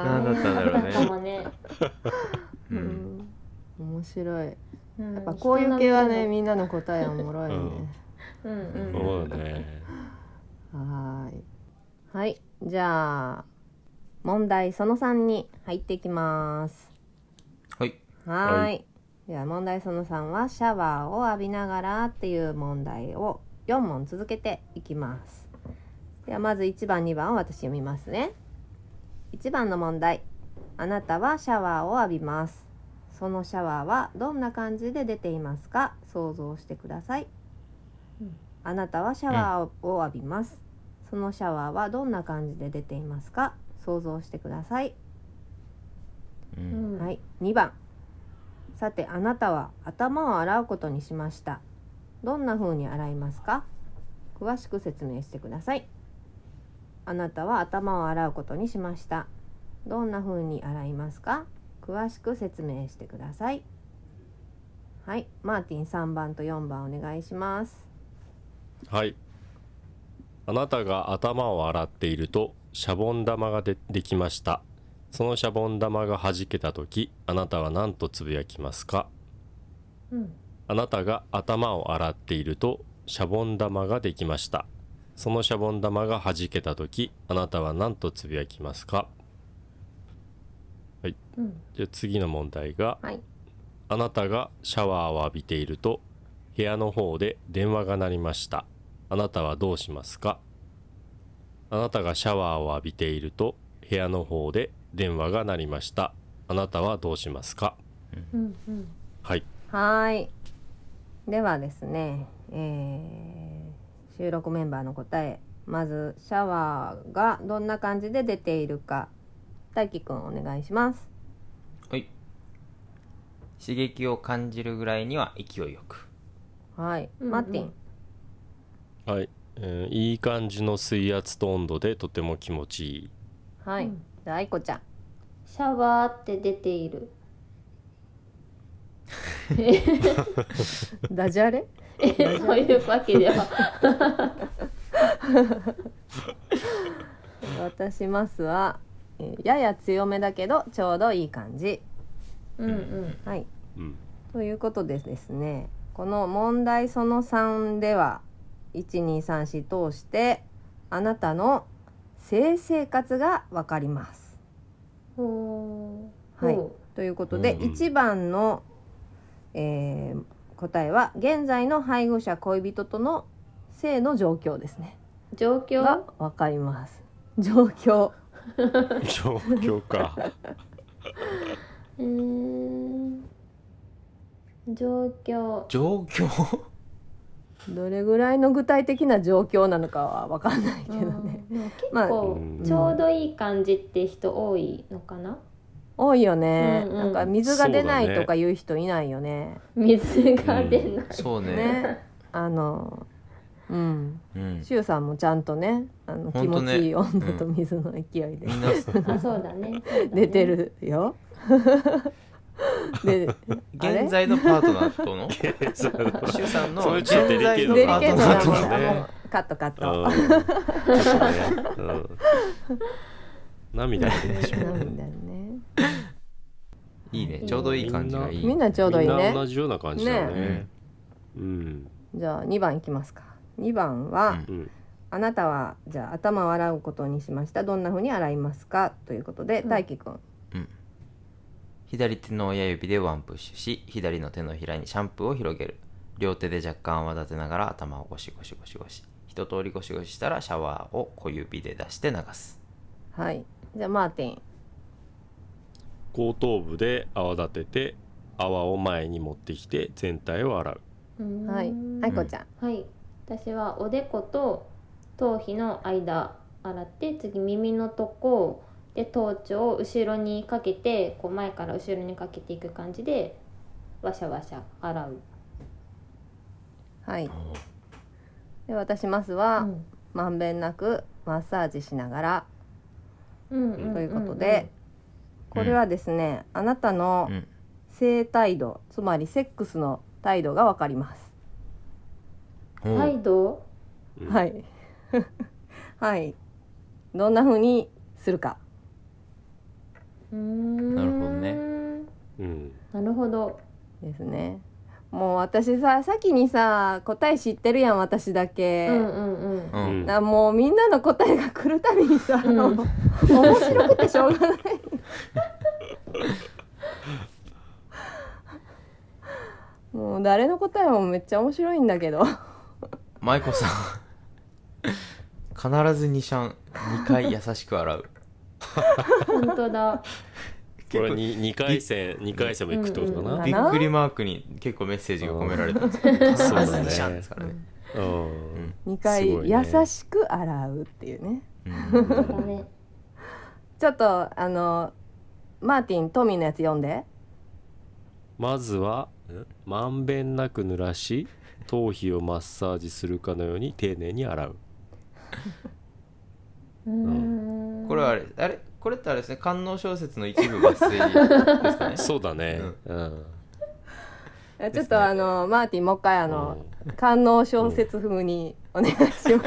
Speaker 4: 何だったんだろうね
Speaker 3: かもね、
Speaker 4: う
Speaker 6: うんん、面白いや
Speaker 3: うん、や
Speaker 6: っぱこういう系はねみんなの答えおもろいね、
Speaker 3: うんうんうん
Speaker 5: そうだね
Speaker 6: はーい。はい。じゃあ、問題その3に入っていきます。
Speaker 4: はい
Speaker 6: はーい。
Speaker 5: は
Speaker 6: では、問題その3は、シャワーを浴びながらっていう問題を4問続けていきます。では、まず1番、2番を私読みますね。1番の問題。あなたはシャワーを浴びます。そのシャワーはどんな感じで出ていますか想像してください。あなたはシャワーを浴びます。そのシャワーはどんな感じで出ていますか想像してください。
Speaker 3: うん
Speaker 6: はい、2番さてあなたは頭を洗うことにしましたどんな風に洗いますか詳しく説明してくださいあなたは頭を洗うことにしましたどんな風に洗いますか詳しく説明してくださいはいマーティン3番と4番お願いします
Speaker 5: はいあなたが頭を洗っているとシャボン玉がでできましたそのシャボン玉がはじけた時あなたは何とつぶやきますか
Speaker 3: うん
Speaker 5: あなたが頭を洗っているとシャボン玉ができましたそのシャボン玉がはじけた時あなたは何とつぶやきますか
Speaker 3: うん
Speaker 5: じゃあ次の問題が、
Speaker 6: はい
Speaker 5: あなたがシャワーを浴びていると部屋の方で電話が鳴りましたあなたはどうしますかあなたがシャワーを浴びていると部屋の方で電話が鳴りましたあなたはどうしますか
Speaker 3: うんうん
Speaker 5: はい
Speaker 6: はーい。ではですね、えー収録メンバーの答え、まずシャワーがどんな感じで出ているか、大輝くんお願いします。
Speaker 4: はい刺激を感じるぐらいには勢いよく
Speaker 6: はい、
Speaker 3: うんうん
Speaker 6: マーティン。
Speaker 5: はい、えーいい感じの水圧と温度でとても気持ちいい
Speaker 6: はい、
Speaker 3: うん
Speaker 6: じゃあ愛子ち
Speaker 3: <laughs>
Speaker 6: ゃん。
Speaker 3: シャワーって出ている
Speaker 6: ダジャレ？
Speaker 3: えそういうわけでは
Speaker 6: <laughs> 私ますは、えーやや強めだけどちょうどいい感じ。
Speaker 3: うんうん
Speaker 6: はい。
Speaker 5: うん
Speaker 6: ということでですねこの問題その3では1234通してあなたの性生活がわかります。
Speaker 3: ほー
Speaker 6: はい
Speaker 3: ほ
Speaker 6: ということで、
Speaker 5: うんうん
Speaker 6: 1番の、えー答えは現在の配偶者恋人との性の状況ですね
Speaker 3: う状況
Speaker 6: がわかります。状況
Speaker 5: <laughs> 状況 <laughs> か
Speaker 3: えー状況
Speaker 4: 状況
Speaker 6: どれぐらいの具体的な状況なのかはわかんないけどね。
Speaker 3: うんでも結
Speaker 6: まあ
Speaker 3: 構
Speaker 5: うん
Speaker 3: ちょうどいい感じって人多いのかな
Speaker 6: 多いよね、
Speaker 3: うんうん
Speaker 6: なんか水が出な
Speaker 5: そう
Speaker 6: い
Speaker 5: だね
Speaker 6: とか言う人いないよね。
Speaker 3: 水が出ない、
Speaker 4: そうね
Speaker 6: ねあのうん
Speaker 4: うん
Speaker 6: 柊さんもちゃんとねあの気
Speaker 4: ほんと
Speaker 6: 持
Speaker 4: ね
Speaker 6: ちいい女と
Speaker 4: う
Speaker 6: 水の勢いで <laughs>
Speaker 4: みんな
Speaker 3: あそうだねそうだね
Speaker 6: 出てる
Speaker 4: <laughs>
Speaker 6: よ。であれ
Speaker 4: 現在のパートナーとの
Speaker 5: そうだね
Speaker 4: 柊さん
Speaker 5: そ
Speaker 4: の
Speaker 5: れ
Speaker 4: 現
Speaker 5: ちょっと
Speaker 4: 在
Speaker 5: デリケー
Speaker 4: の
Speaker 5: ト
Speaker 6: デリ
Speaker 4: パ
Speaker 6: ケ
Speaker 4: ー
Speaker 6: ート
Speaker 4: ト
Speaker 6: な
Speaker 4: ナ
Speaker 5: そ
Speaker 4: ー
Speaker 5: う
Speaker 6: も
Speaker 5: だ
Speaker 4: と
Speaker 6: ん
Speaker 5: ね
Speaker 4: の
Speaker 6: あも
Speaker 4: ね
Speaker 6: うカットカッ
Speaker 5: う
Speaker 6: ト。
Speaker 5: んちょっとねうん涙が出てしま
Speaker 6: な
Speaker 5: うね
Speaker 6: んだよね。
Speaker 4: いいねちょうどいい感じがいい
Speaker 6: みんなちょうどいい
Speaker 5: みんな
Speaker 6: ね。
Speaker 5: 同じような感じだよね
Speaker 4: ね
Speaker 5: うん
Speaker 6: じゃあ2番いきますか。2番は、
Speaker 4: うん
Speaker 5: うん
Speaker 6: あなたはじゃあ頭を洗うことにしました。どんな風に洗いますかということで、
Speaker 3: うん
Speaker 6: 大輝くん。
Speaker 4: 左手の親指でワンプッシュし左の手のひらにシャンプーを広げる両手で若干泡立てながら頭をゴシゴシゴシゴシ一通りゴシゴシしたらシャワーを小指で出して流す
Speaker 6: はい。じゃあマーティン。
Speaker 5: 後頭部で泡立てて泡を前に持ってきて全体を洗う
Speaker 3: うーん
Speaker 6: はい。愛子ちゃん。
Speaker 3: はい私はおでこと頭皮の間洗って次耳のとこで頭頂を後ろにかけてこう前から後ろにかけていく感じでわしゃわしゃ洗う、
Speaker 6: はい。で私マスは、
Speaker 3: うん
Speaker 6: まんべんなくマッサージしながら
Speaker 3: うんうん
Speaker 6: ということで、これはですね、あなたの
Speaker 4: うん
Speaker 6: 性態度、つまりセックスの態度がわかります。
Speaker 3: うん
Speaker 4: は
Speaker 3: はいいど
Speaker 5: うん
Speaker 6: はい <laughs> はいどんな風にするか
Speaker 3: ううーん
Speaker 4: なるほどね
Speaker 5: うん
Speaker 3: なるほど
Speaker 6: ですねもう私さ先にさ答え知ってるやん私だけ、
Speaker 3: うんうんうん
Speaker 4: うん
Speaker 5: うん
Speaker 6: なもうみんなの答えが来るたびにさ、
Speaker 3: うん
Speaker 6: 面白くてしょうがないもう誰の答えもめっちゃ面白いんだけど
Speaker 4: 舞子さん必ず2シャン2回優しく洗う
Speaker 3: 本当だ
Speaker 5: これに二回戦二回戦も行くってことか
Speaker 6: うん
Speaker 5: な
Speaker 4: びっくりマークに結構メッセージが込められたんですけど必ず
Speaker 5: そうだね
Speaker 4: 2シャンですからね
Speaker 5: うん
Speaker 6: 2回
Speaker 5: すごいね
Speaker 6: 優しく洗うっていうね
Speaker 4: うん
Speaker 3: そうだね
Speaker 6: ちょっとあのマーティントミーのやつ読んで
Speaker 5: まずはまんべんなく濡らし頭皮をマッサージするかのように丁寧に洗う
Speaker 3: うーん
Speaker 4: これはあれあれこれってあれですね官能小説の一部抜粋です
Speaker 5: <laughs>
Speaker 4: かね
Speaker 5: そうだねうん <laughs>
Speaker 6: えち
Speaker 4: で
Speaker 6: ょっ
Speaker 4: す
Speaker 6: と
Speaker 4: ね
Speaker 6: あのマーティンもう一回あの官能小説風にお願いします
Speaker 5: うん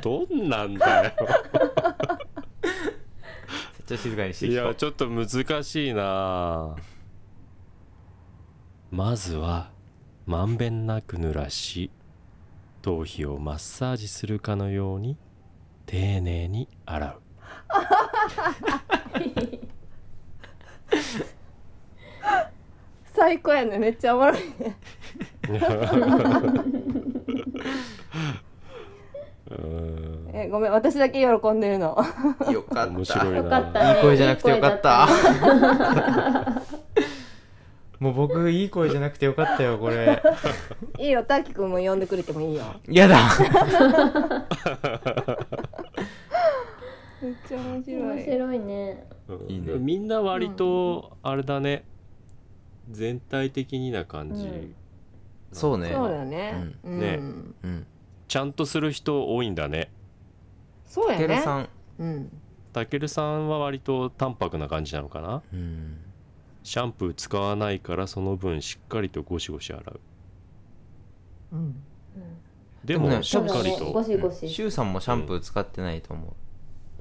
Speaker 5: どんなんだよ
Speaker 4: ちょっと静かにしてい
Speaker 5: い
Speaker 4: きた
Speaker 5: やちょっと難しいなあまずはまんべんなく濡らし頭皮をマッサージするかのように丁寧に洗う
Speaker 6: 最高やねめっちゃおもろいね
Speaker 5: うーん
Speaker 6: えごめん私だけ喜んでるの
Speaker 4: よかった
Speaker 5: 面白い
Speaker 3: よか
Speaker 5: な
Speaker 3: った、ね、
Speaker 4: いい声じゃなくてよかった
Speaker 3: いい声だね
Speaker 4: もう僕いい声じゃなくてよかったよこれ
Speaker 6: いいよタキ君も呼んでくれてもいいよ
Speaker 4: やだ
Speaker 6: めっちゃ面白い
Speaker 3: 面白いね
Speaker 5: うん
Speaker 4: いいね
Speaker 5: みんな割とあれだね全体的にな感じ、
Speaker 3: うん
Speaker 4: そうね
Speaker 6: そうだね,、うん
Speaker 5: ね
Speaker 4: うん
Speaker 5: ちゃんとする人多いんだね
Speaker 6: そうや
Speaker 4: てる
Speaker 6: ね
Speaker 4: さん
Speaker 6: うん
Speaker 5: たけるさんは割と淡白な感じなのかな
Speaker 4: うん
Speaker 5: シャンプー使わないからその分しっかりとゴシゴシ洗う
Speaker 6: うん
Speaker 5: でも
Speaker 4: でもね
Speaker 5: しっかり
Speaker 3: そうだねゴ
Speaker 5: と
Speaker 3: シゴシ
Speaker 4: シュウさんもシャンプー使ってないと思う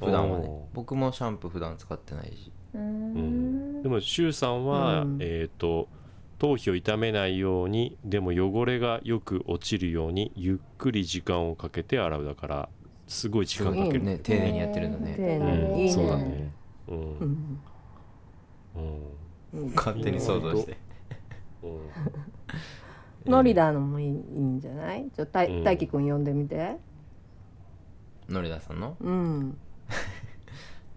Speaker 4: 普段はね
Speaker 5: おー
Speaker 4: 僕もシャンプー普段使ってないし
Speaker 3: うー
Speaker 5: うん
Speaker 3: ん
Speaker 5: でもシュウさんは、
Speaker 6: うん
Speaker 5: えっ、と頭皮を傷めないようにでも汚れがよく落ちるようにゆっくり時間をかけて洗うだからすごい時間かける、
Speaker 4: ね丁寧にやってるのね
Speaker 6: 丁寧
Speaker 5: う
Speaker 6: に
Speaker 5: ん
Speaker 6: いいね
Speaker 5: そうだねうん、
Speaker 6: う
Speaker 5: うん
Speaker 6: んいいね
Speaker 4: 勝手に想像して
Speaker 5: う
Speaker 6: <laughs>
Speaker 5: ん
Speaker 6: ノリダーのもいいいいんじゃないちょっとた
Speaker 5: うん
Speaker 6: 大輝君呼んでみて
Speaker 4: ノリダさんの
Speaker 6: うん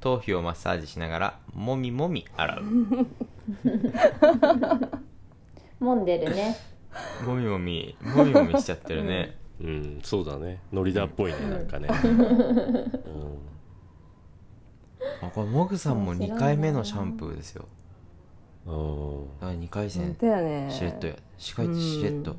Speaker 4: 頭皮をマッサージしながらもみもみ洗う
Speaker 3: 揉んでるね
Speaker 4: もみもみもみもみしちゃってるね
Speaker 5: うん、そうだねノリダっぽいね、
Speaker 3: ん
Speaker 5: なんか
Speaker 6: <laughs>
Speaker 5: ね、うん
Speaker 4: あこれモグさんも
Speaker 3: 面白いな
Speaker 4: 2回目のシャンプーですよ
Speaker 5: うん
Speaker 4: あ2回
Speaker 6: 本
Speaker 4: 戦
Speaker 6: 当やね
Speaker 4: しれっとやしかいしれっと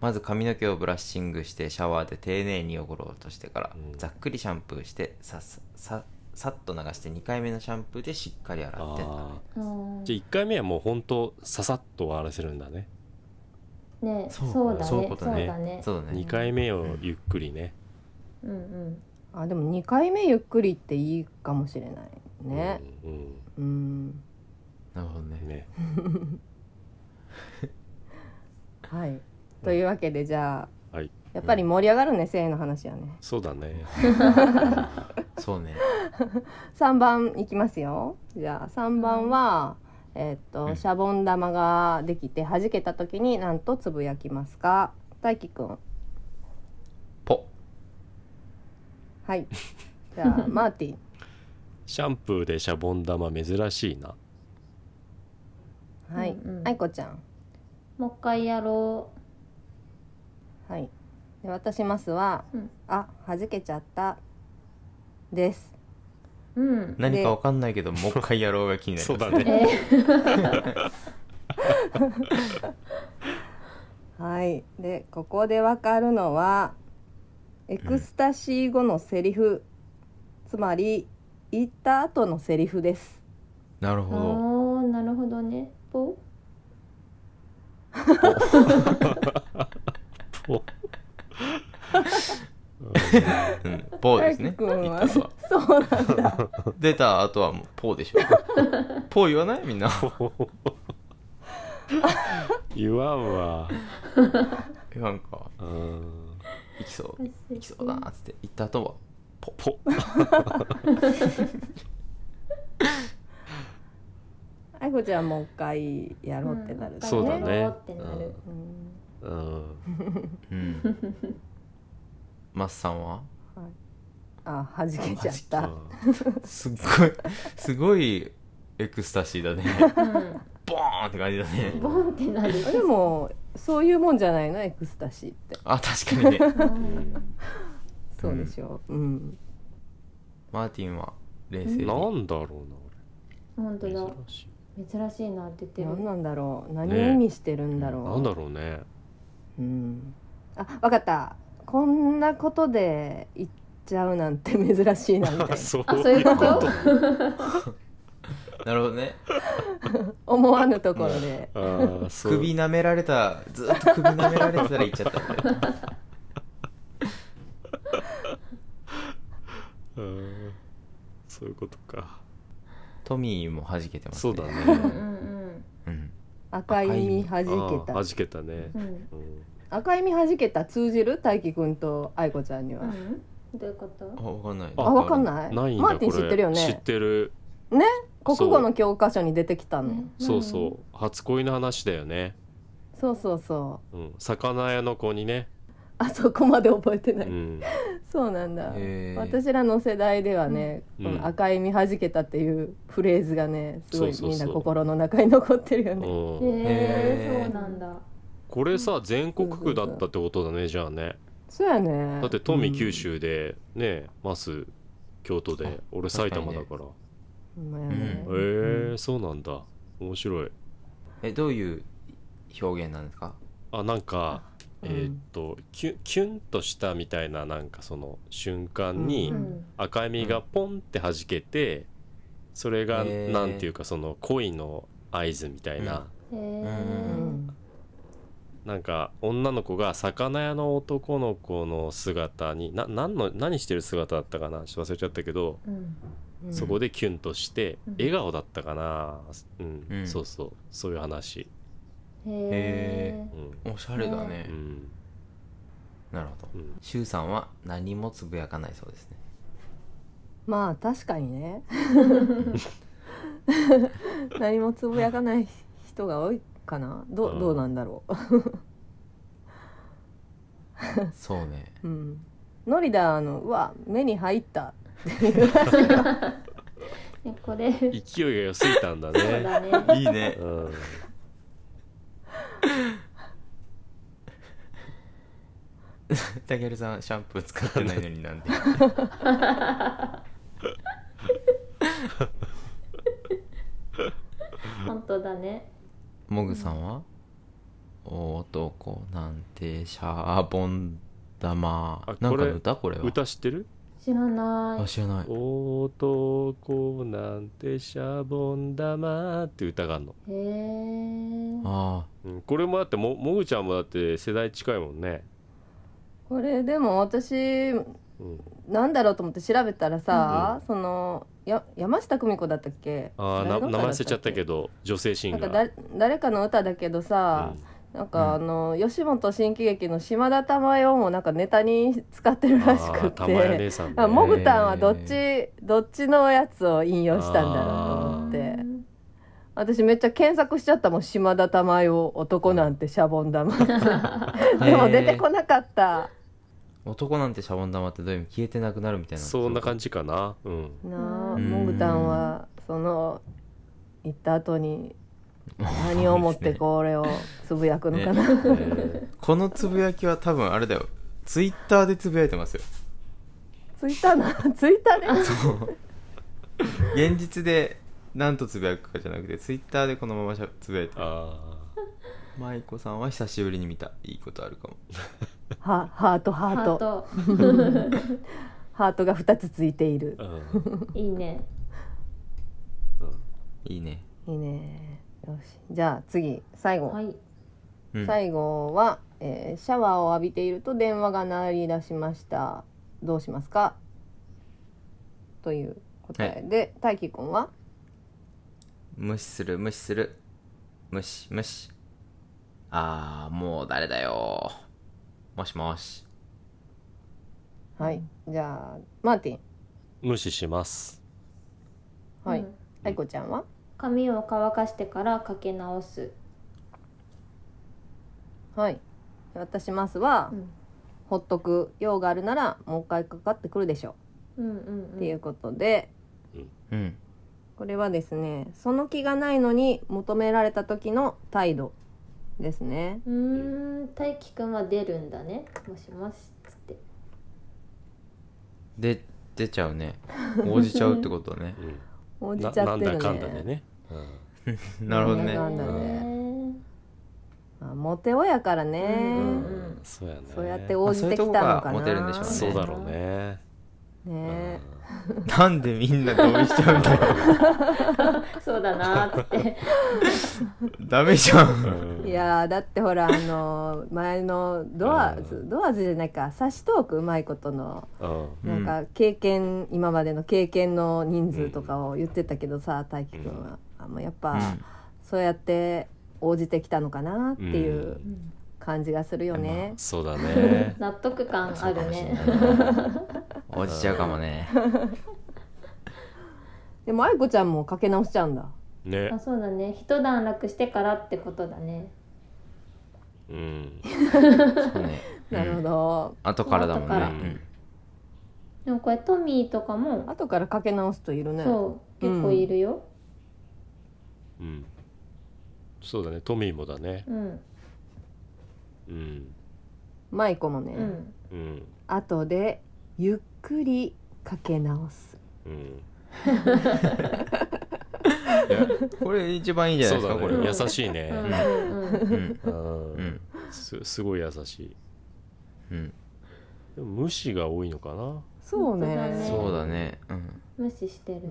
Speaker 4: まず髪の毛をブラッシングしてシャワーで丁寧に汚れを落としてから、
Speaker 5: うん
Speaker 4: ざっくりシャンプーしてささささっと流して2回目のシャンプーでしっかり洗って
Speaker 5: あ
Speaker 3: う
Speaker 5: ー
Speaker 3: ん
Speaker 5: じゃあ1回目はもうほんとささっと終わらせるんだね、
Speaker 3: ねえ
Speaker 4: そう
Speaker 3: そうだね
Speaker 4: そういうことね
Speaker 3: だね
Speaker 4: そうだ
Speaker 5: 二2
Speaker 4: ね
Speaker 5: 回目をゆっくりね、
Speaker 3: うんうん
Speaker 6: あでも2回目ゆっくりっていいかもしれないね
Speaker 5: うん
Speaker 6: うん、
Speaker 4: なるほど
Speaker 5: う
Speaker 4: ね
Speaker 5: んね
Speaker 6: はいというわけでじゃあ
Speaker 5: はい
Speaker 6: やっぱり盛り上がるね性の話はね
Speaker 5: そうだね
Speaker 4: そうね
Speaker 6: 3番いきますよじゃあ3番は、えーっ
Speaker 4: う
Speaker 6: と
Speaker 4: ん
Speaker 6: シャボン玉ができて弾けた時になんとつぶやきますか大輝くん
Speaker 4: ポ
Speaker 6: はいじゃあマーティン
Speaker 5: シャンプーでシャボン玉珍しいな
Speaker 6: はい、
Speaker 3: うんうん
Speaker 6: 愛子ちゃん
Speaker 3: もう一回やろ
Speaker 6: はいで私ますは
Speaker 3: ううん、
Speaker 6: あ弾けちゃったです
Speaker 3: うん、
Speaker 4: 何かわかんないけどもう一回やろうが気になり
Speaker 5: そ
Speaker 4: ま
Speaker 5: うだ
Speaker 4: すね
Speaker 5: ね
Speaker 3: え
Speaker 6: はいでここでわかるのはエクスタシー後のセリフ、つまり言った後のセリフです
Speaker 4: なる
Speaker 3: ー、
Speaker 4: ほど
Speaker 3: おーなるほどねぽ
Speaker 5: お
Speaker 4: うんポーですね
Speaker 6: 大輝くんは
Speaker 4: 言った後は
Speaker 6: そうなんだ
Speaker 4: 出た後はもうポーでしょポー言わないみんな
Speaker 5: <laughs>
Speaker 4: <laughs>
Speaker 5: 言わんわ
Speaker 4: 言わんか
Speaker 5: うん
Speaker 4: いきそういきそうだなっつって言った後はポ
Speaker 5: ぽ
Speaker 6: 愛子ちゃんもう一回やろうってなる、
Speaker 3: ん
Speaker 5: そうだね
Speaker 3: やろうってなる
Speaker 6: うん
Speaker 5: うん
Speaker 4: うんマスさんは
Speaker 6: あ弾けちゃっ
Speaker 5: う
Speaker 6: た
Speaker 5: ん
Speaker 4: すっご <laughs> いすごいエクスタシーだねボーンって感じだね
Speaker 3: うんボンってなる
Speaker 6: あでもそういうもんじゃないのエクスタシーって
Speaker 4: あ確か <laughs> にね
Speaker 5: うん
Speaker 6: そうでしょう、うん
Speaker 4: マーティンは冷静に
Speaker 5: なんだろうな
Speaker 3: 本当
Speaker 5: 俺
Speaker 3: だ
Speaker 5: 珍しい
Speaker 3: 珍しいなって言ってる
Speaker 6: 何なんだろう何を
Speaker 5: ね
Speaker 6: 意味してるんだろう、
Speaker 5: なんだろうね
Speaker 6: うん、あわかったこんなことで言っちゃうなんて珍しいなみたいな
Speaker 5: そう
Speaker 3: あそういうこと
Speaker 4: なるほどね
Speaker 6: 思わぬところで
Speaker 5: あーそう
Speaker 4: 首舐められたずっと首舐められてたら言っちゃったん <laughs> だよ
Speaker 5: うんそういうことか
Speaker 4: トミーも弾けてます
Speaker 5: そう
Speaker 4: ね
Speaker 5: だね
Speaker 3: うんうん
Speaker 4: うん
Speaker 6: 赤い実
Speaker 5: あ
Speaker 6: 弾
Speaker 5: ー
Speaker 6: けた
Speaker 5: 弾けたね
Speaker 3: うんうん
Speaker 5: うん
Speaker 6: 赤い実弾けた通じる大輝くんと愛子ちゃんには、
Speaker 3: うんどういうこと
Speaker 4: あわかんない
Speaker 5: あ
Speaker 6: あわかん
Speaker 4: い
Speaker 6: ない
Speaker 5: ないんだ
Speaker 6: マーティン
Speaker 5: こ
Speaker 6: 知
Speaker 5: れ
Speaker 6: ってるよ
Speaker 5: 知っ
Speaker 6: ね
Speaker 5: てる
Speaker 6: 国語の教科書に出てきたの
Speaker 5: そうそう初恋の話だよね
Speaker 6: そうそうそう
Speaker 5: うん魚屋の子にね
Speaker 6: あそこまで覚えて
Speaker 5: う
Speaker 6: ない、
Speaker 5: ん
Speaker 6: そうなんだ
Speaker 4: へー
Speaker 6: 私らの世代ではね、
Speaker 5: うん
Speaker 6: この赤い実弾けたっていうフレーズがねすごい
Speaker 5: そうそう
Speaker 6: みん
Speaker 5: そう
Speaker 6: な心の中に残ってるよね
Speaker 5: うん
Speaker 3: へ
Speaker 4: へ
Speaker 3: えそ
Speaker 4: ー
Speaker 3: うなんだ
Speaker 5: これさ全国区だったってことだねじゃあね
Speaker 6: そうやね
Speaker 5: だってトミー
Speaker 6: うん
Speaker 5: 九州でねマス京都で俺埼玉だから
Speaker 6: ほんまやね
Speaker 5: へえーそうなんだ面白い
Speaker 4: えどういう表現なんですか
Speaker 5: あなんか
Speaker 6: う
Speaker 5: え
Speaker 6: ん
Speaker 5: ーっとキュキュンとしたみたいななんかその瞬間に
Speaker 3: う
Speaker 6: うん
Speaker 3: ん
Speaker 5: 赤みがポンって弾けてそれが
Speaker 4: へー
Speaker 5: なんていうかその恋の合図みたいな
Speaker 3: へえ
Speaker 6: うん
Speaker 5: なんか女の子が魚屋の男の子の姿にな何の何してる姿だったかなちょっと忘れちゃったけど、
Speaker 3: うん
Speaker 6: うん
Speaker 5: そこでキュンとして、
Speaker 3: うん
Speaker 5: 笑顔だったかな、うん
Speaker 4: うん
Speaker 5: そうそうそういう話、
Speaker 3: へえ
Speaker 5: うん
Speaker 4: おしゃれだね
Speaker 5: うん
Speaker 4: なるほ
Speaker 5: う
Speaker 4: ど
Speaker 5: ん
Speaker 4: シュウさんは何もつぶやかないそう <laughs> ですね
Speaker 6: まあ確かにね <laughs> 何もつぶやかない人が多いかなど
Speaker 5: うん
Speaker 6: どうなんだろ
Speaker 4: そうね
Speaker 6: う、うん、ノリダーの「うわ目に入った
Speaker 3: えこれそ
Speaker 5: 勢いが良すぎたんだ
Speaker 3: う
Speaker 5: ね、
Speaker 3: だね
Speaker 4: いいね <laughs>
Speaker 5: うん、
Speaker 4: タケルさんシャンプー使ってないのになんで
Speaker 3: 本当だね
Speaker 4: モグさんは、男なんてシャーボン玉
Speaker 5: あ
Speaker 4: なん
Speaker 5: こ
Speaker 4: か
Speaker 5: れ
Speaker 4: の歌これは
Speaker 5: 歌知ってる
Speaker 3: 知らな
Speaker 4: あ知らない
Speaker 5: 男なんてシャボン玉って歌があるの、
Speaker 3: いへえ
Speaker 4: あ
Speaker 5: うん、これもだってももぐちゃんもだって世代近いもんね、
Speaker 6: これでも私
Speaker 5: うん、
Speaker 6: なんだろうと思って調べたらさ、そのや山下久美子だったっけ
Speaker 5: ああ名
Speaker 6: 誰の歌
Speaker 5: 前
Speaker 6: だ
Speaker 5: 忘れちゃったけ
Speaker 6: ど
Speaker 5: ど女性シ
Speaker 6: な
Speaker 5: ン
Speaker 6: んか
Speaker 5: ガ
Speaker 6: だ
Speaker 5: ー
Speaker 6: 誰かの歌だけどさ、なんかあの、吉本新喜劇の島田珠代もなんかネタに使ってる
Speaker 5: うん、あ
Speaker 6: らしくて
Speaker 5: あ玉屋姉さんね
Speaker 6: あモグタン
Speaker 4: へ
Speaker 6: は
Speaker 4: ー
Speaker 6: どっちどっちのやつを引用したんだろうと思って私めっちゃ検索しちゃったもん「島田珠代男なんてシャボン
Speaker 4: <laughs>
Speaker 6: 玉」<laughs>
Speaker 4: ー
Speaker 6: でも出
Speaker 4: へ
Speaker 6: て
Speaker 4: ー
Speaker 6: こなかった
Speaker 4: 男なんてシャボン玉ってどういう意味消えてなくなるみたいな
Speaker 5: そんな感
Speaker 4: じ
Speaker 5: じかなうん
Speaker 6: なあ
Speaker 3: うん
Speaker 6: モグタンはその行った後に何を思ってこれをつぶやくのか
Speaker 4: <laughs>
Speaker 6: な、
Speaker 5: えー
Speaker 4: このつぶやきは多分あれだよツイッターでつぶやいてますよ
Speaker 6: ツイッター
Speaker 4: <laughs>
Speaker 6: なツイッターで
Speaker 4: 現実で何とつぶやくかじゃなくてツイッターでこのまましゃつぶやいてる
Speaker 5: あ
Speaker 4: 舞子さんは久しぶりに見たいいことあるかも
Speaker 6: はハートハ
Speaker 3: ハ
Speaker 6: ート
Speaker 3: ート
Speaker 6: ハートが2つついている
Speaker 5: あ、
Speaker 6: <laughs>
Speaker 5: うん
Speaker 3: いいね
Speaker 4: いいね
Speaker 6: いいねよしじゃあ次最後、
Speaker 3: はい
Speaker 4: うん
Speaker 6: 最後は、えーシャワーを浴びていると電話が鳴り出しましたどうしますかという答えで、大輝くんは
Speaker 4: 無視する無視する無視無視あーもう誰だよもしもし
Speaker 6: はいじゃあマーティン
Speaker 5: 無視します
Speaker 6: はい、
Speaker 3: うん
Speaker 6: 愛子ちゃんは
Speaker 3: 髪を乾かしてからかけ直す、
Speaker 6: はい渡しますは、
Speaker 3: うん、
Speaker 6: ほっとく用があるならもう一回かかってくるでしょ
Speaker 3: うんうんう
Speaker 6: う
Speaker 3: ん
Speaker 6: っていうことで、
Speaker 4: うん
Speaker 6: これはですねその気がないのに求められた時の態度ですね
Speaker 3: うーん大輝くんは出るんだねもしもしっつって
Speaker 4: で出ちゃうね応じちゃうってこ
Speaker 5: <laughs>
Speaker 4: とね
Speaker 5: う
Speaker 6: 応
Speaker 5: ん、
Speaker 6: じちゃ
Speaker 5: な
Speaker 6: ってるね
Speaker 5: なんだかんだでね、うん
Speaker 4: なるほどね
Speaker 6: なんだかんだで
Speaker 3: ね
Speaker 6: まあ、モテ親からね、
Speaker 3: うん
Speaker 5: うんそうやね
Speaker 6: そうやって応じてきたのかな、
Speaker 4: まあそういうとこがモテるんでしょうね
Speaker 5: そうだろうね、
Speaker 6: ね
Speaker 4: なんでみんな同意しちゃうんだよ <laughs>
Speaker 3: そうだなーっつって
Speaker 4: ダメじゃ
Speaker 5: うんん
Speaker 6: いやーだってほらあのー前のドアーズドアーズじゃないかサしトークうまいことの
Speaker 5: うん
Speaker 6: なんか経験、今までの経験の人数とかを言ってたけどさ大輝くんは、あもうやっぱ、
Speaker 4: うん
Speaker 6: そうやって応じてきたのかなっていううん感じがするよね、
Speaker 5: そうだね
Speaker 3: 納得感
Speaker 4: そ
Speaker 3: あ
Speaker 4: うか
Speaker 3: る
Speaker 4: もしれ
Speaker 3: ね
Speaker 4: ないな応じちゃうかもね
Speaker 6: でも愛子ちゃんもかけ直しちゃうんだ
Speaker 5: ね
Speaker 3: あそうだね一段落してからってことだね
Speaker 5: うん
Speaker 4: そうね
Speaker 6: なるほど、
Speaker 4: 後からだもんね
Speaker 3: 後から
Speaker 4: うん
Speaker 3: でもこれトミーとかも
Speaker 6: 後からかけ直すといるね
Speaker 3: そう結構いるよ
Speaker 5: うんそうだねトミーもだね
Speaker 3: うん
Speaker 5: うん
Speaker 6: 舞子もね、
Speaker 5: う
Speaker 3: うん
Speaker 5: ん
Speaker 6: 後でゆっくりかけ直す
Speaker 5: うんい
Speaker 4: これ一番いいんじ
Speaker 5: や
Speaker 4: ゃない
Speaker 5: そ
Speaker 4: で
Speaker 5: うだ
Speaker 4: すかこ
Speaker 5: ね
Speaker 3: う
Speaker 4: れ
Speaker 3: ん
Speaker 5: 優しい
Speaker 3: うんう
Speaker 5: ね、
Speaker 3: んうん
Speaker 4: うん
Speaker 5: うん
Speaker 4: うん
Speaker 5: すすごい優しい
Speaker 4: うん
Speaker 5: でも無視が多いのかな
Speaker 6: そうね
Speaker 3: 本当だね
Speaker 4: そうだねうん
Speaker 3: 無視してるね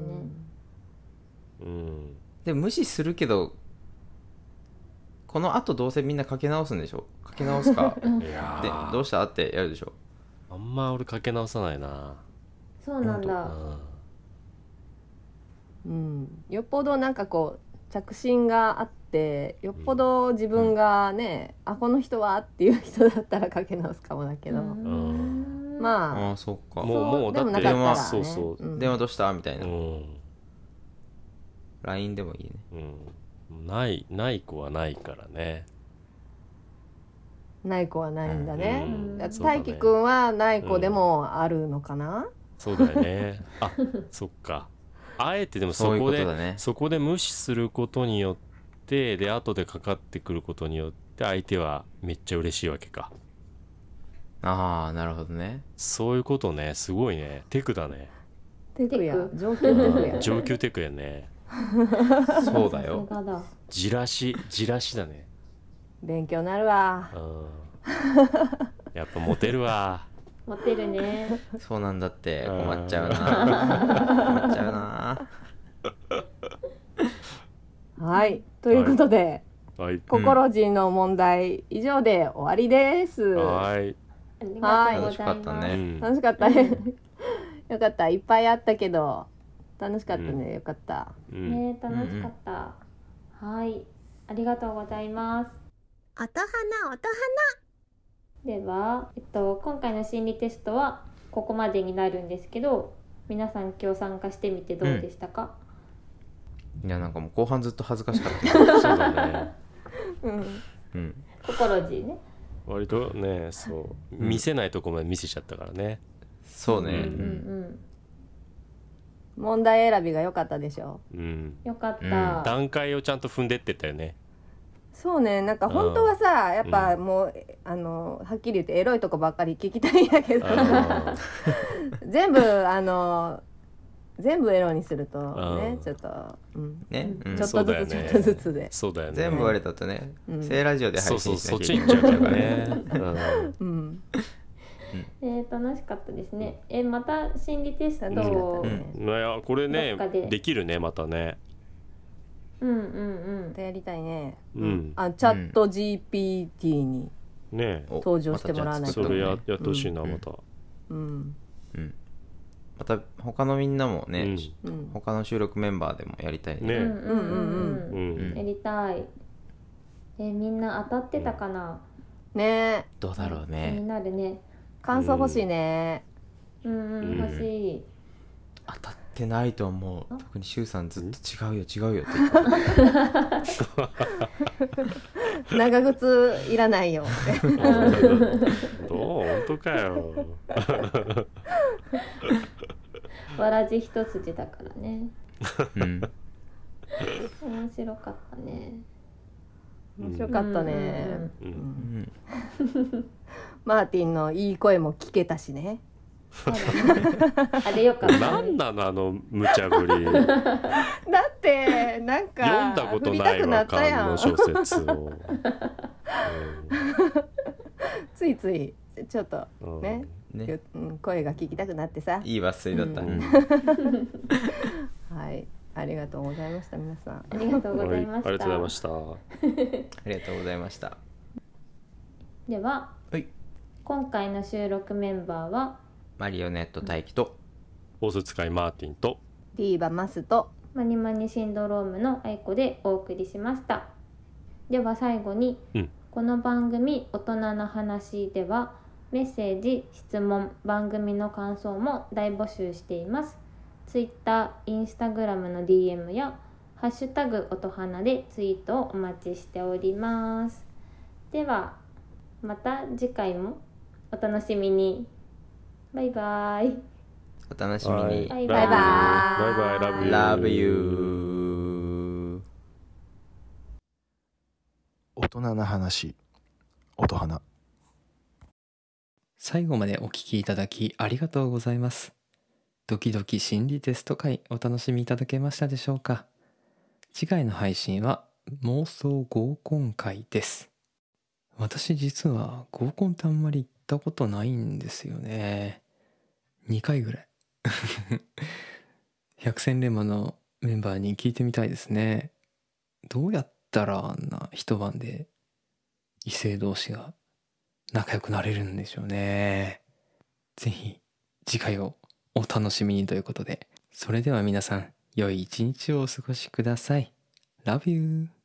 Speaker 5: うん
Speaker 4: で無視するけどこのあとどうせみんなかけ直すんでしょかけ直す
Speaker 6: <laughs>
Speaker 4: か
Speaker 3: うん
Speaker 5: い
Speaker 4: で
Speaker 5: や
Speaker 4: ど
Speaker 5: ー
Speaker 4: うしたってやるでしょ
Speaker 5: あんま俺かけ直さないな
Speaker 3: そうなん
Speaker 5: う
Speaker 3: だ
Speaker 5: ん
Speaker 6: うん、よっぽどなんかこう着信があってよっぽど自分がね、あこの人はっていう人だったらかけ直すかもだけど、
Speaker 3: うん
Speaker 6: まあ
Speaker 4: ああそっか
Speaker 5: も
Speaker 6: そう
Speaker 5: うもう
Speaker 6: で
Speaker 5: だ
Speaker 6: も
Speaker 5: っ
Speaker 6: な
Speaker 5: て
Speaker 6: かったら、ね、
Speaker 5: そうそううん
Speaker 4: 電話どうしたみたいうなん LINE でもいいね
Speaker 5: うん、ないない子はないからね
Speaker 6: ない子はないんだね
Speaker 5: う。
Speaker 3: うん
Speaker 5: ん
Speaker 6: だから
Speaker 5: そうだ
Speaker 6: 大
Speaker 5: ね
Speaker 6: 輝くんはない子でもあるのかな。
Speaker 5: そうだよねあ <laughs> そっかあえてでもそ
Speaker 4: そういう
Speaker 5: こ
Speaker 4: こと
Speaker 5: で
Speaker 4: だね
Speaker 5: そこで無視することによってで後でかかってくることによって相手はめっちゃ嬉しいわけか
Speaker 4: ああなるほどね
Speaker 5: そういうことねすごいねテクだね
Speaker 6: テクや
Speaker 3: テク
Speaker 6: 上級
Speaker 5: う
Speaker 6: テク
Speaker 5: ん
Speaker 6: や。
Speaker 5: 上級テクやね
Speaker 4: そう
Speaker 3: さ
Speaker 4: だ
Speaker 3: す
Speaker 6: <laughs>
Speaker 4: よ
Speaker 3: がだ
Speaker 5: じらしじらしだね
Speaker 6: 勉強なるわ
Speaker 5: うんやっぱモテるわ
Speaker 3: モテるね。
Speaker 4: そうなんだって
Speaker 5: うん
Speaker 4: 困っち
Speaker 5: <laughs>
Speaker 4: ゃうな困っちゃうな
Speaker 6: はいということで、
Speaker 5: はい
Speaker 6: 心人の問題以上で終わりです、
Speaker 5: はい、
Speaker 3: ありがとうござい
Speaker 4: 楽しかっ
Speaker 3: ま
Speaker 4: た
Speaker 5: う
Speaker 3: す。
Speaker 4: ね
Speaker 5: ん、
Speaker 6: 楽しかったね <laughs> よかったいっぱいあったけど楽しかったね、よかった
Speaker 5: うん
Speaker 3: ね楽しかった。はい、ありがとうございます。
Speaker 1: 音花音
Speaker 3: では、えっと、今回の心理テストはここまでになるんですけど皆さん今日参加してみてどうでしたか、
Speaker 4: いやなんかもう後半ずっと恥ずかしかった
Speaker 5: そうだね
Speaker 6: うん
Speaker 4: うん
Speaker 3: 心地いいね
Speaker 5: 割とねそう見せないとこまで見せちゃったからね
Speaker 4: そうね、
Speaker 5: うん
Speaker 3: うんうん
Speaker 6: 問題選びが良かったでしょ
Speaker 5: うん
Speaker 3: よかった、
Speaker 4: うん
Speaker 5: 段階をちゃんと踏んでってったよね
Speaker 6: そうねなんか本当はさやっぱもう、あのはっきり言ってエロいとこばっかり聞きたいんやけど
Speaker 5: あ
Speaker 6: <laughs> 全部あの全部エロにするとね
Speaker 5: うん
Speaker 6: ちょっと、うん、
Speaker 4: ね、うん
Speaker 6: ちょっ
Speaker 5: そう
Speaker 6: とず
Speaker 5: だよ
Speaker 6: つ、
Speaker 5: ね
Speaker 6: ちょっとずつで、
Speaker 5: そうだよね
Speaker 4: 全部割れたとね、
Speaker 6: うん
Speaker 4: 聖ラジオで
Speaker 5: そう
Speaker 4: 配
Speaker 5: そう
Speaker 4: 信し
Speaker 5: そっ
Speaker 4: なき
Speaker 5: ち
Speaker 4: ゃ
Speaker 5: に行っちゃう
Speaker 4: いけない
Speaker 5: から
Speaker 4: <laughs>
Speaker 5: ね、うん
Speaker 6: うん、
Speaker 3: えー、楽しかったですねえまた心理テスト
Speaker 6: 楽しかった
Speaker 3: を、
Speaker 6: ね、
Speaker 5: いやこれね
Speaker 3: どっかで
Speaker 5: できるねまたね
Speaker 3: うんうん
Speaker 6: またやりたいね、
Speaker 5: うん
Speaker 6: あチャット GPT に、
Speaker 5: ね
Speaker 4: お
Speaker 6: 登場してもらわないと
Speaker 5: それや
Speaker 4: またじゃ
Speaker 5: や
Speaker 4: あ作っとくね
Speaker 5: ってほしいな
Speaker 4: うん
Speaker 5: また
Speaker 6: うん
Speaker 4: うんまた他のみんなもね、
Speaker 5: うん
Speaker 6: うん、
Speaker 4: 他の収録メンバーでもやりたい
Speaker 3: うん
Speaker 5: ね
Speaker 3: うんうんう
Speaker 5: う
Speaker 3: んうん
Speaker 5: ん
Speaker 3: やりたいえーみんな当たってたかな、
Speaker 6: ねえ
Speaker 4: どうだろう
Speaker 3: 気に
Speaker 4: ね
Speaker 3: なるね
Speaker 6: 感想欲しいね、
Speaker 3: うんう
Speaker 5: うんん
Speaker 3: 欲しい、
Speaker 4: 当たってないと思う特にシュウさんずっと違うよ違うよって
Speaker 6: <laughs> 長靴いらないよ
Speaker 5: <laughs> どう本当かよ
Speaker 3: わらじ一筋だからね
Speaker 4: 言って
Speaker 3: 面白かったね
Speaker 6: 面白かったね、
Speaker 3: う
Speaker 5: う
Speaker 3: んうんうん
Speaker 6: うんん
Speaker 4: うん
Speaker 6: マーティンのいい声も聞けたしね
Speaker 3: そうだねあれよかったね
Speaker 5: なんなのあの無茶ぶり
Speaker 6: だってなんか
Speaker 5: 読んだことない
Speaker 6: 振りたくな
Speaker 5: わ
Speaker 6: ったや
Speaker 5: 感
Speaker 6: ん
Speaker 5: の小説を、
Speaker 6: ついついちょっと、
Speaker 5: うんうん
Speaker 6: ね
Speaker 4: うんね
Speaker 6: ようん声が聞きたくなってさ
Speaker 4: いい抜粋だった、
Speaker 5: うん
Speaker 6: はいありがとうございました皆さん
Speaker 3: ありがとうご
Speaker 5: は
Speaker 3: ざ
Speaker 5: いあ
Speaker 3: い
Speaker 5: り
Speaker 3: ま
Speaker 5: がと
Speaker 3: した。
Speaker 5: うございました
Speaker 4: ありがとうございました
Speaker 3: では、
Speaker 4: はい
Speaker 3: 今回の収録メンバーは
Speaker 4: マリオネット大輝と
Speaker 5: 放送使いマーティンと
Speaker 6: ディーバマスと
Speaker 3: マニマニシンドロームの愛子でお送りしました。では最後に、
Speaker 5: うん
Speaker 3: この番組大人の話ではメッセージ、質問、番組の感想も大募集しています。ツイッター、インスタグラムの DM やハッシュタグ音花でツイートをお待ちしております。ではまた次回もお楽しみに。バイバイ。
Speaker 4: お楽しみに、
Speaker 3: はい
Speaker 5: バイバ
Speaker 6: バイバ
Speaker 5: イ
Speaker 6: イ
Speaker 5: バイバイ
Speaker 4: Love you
Speaker 7: 大人な話音花
Speaker 8: 最後までお聞きいただきありがとうございます。ドキドキ心理テスト会お楽しみいただけましたでしょうか次回の配信は妄想合コン会です。私実は合コンってあんまり行ったことないんですよね。2回ぐらい。 <laughs> 百戦錬磨のメンバーに聞いてみたいですね。どうやったらあんな一晩で異性同士が仲良くなれるんでしょうね。ぜひ次回をお楽しみにということで、それでは皆さん、良い一日をお過ごしください。Love you!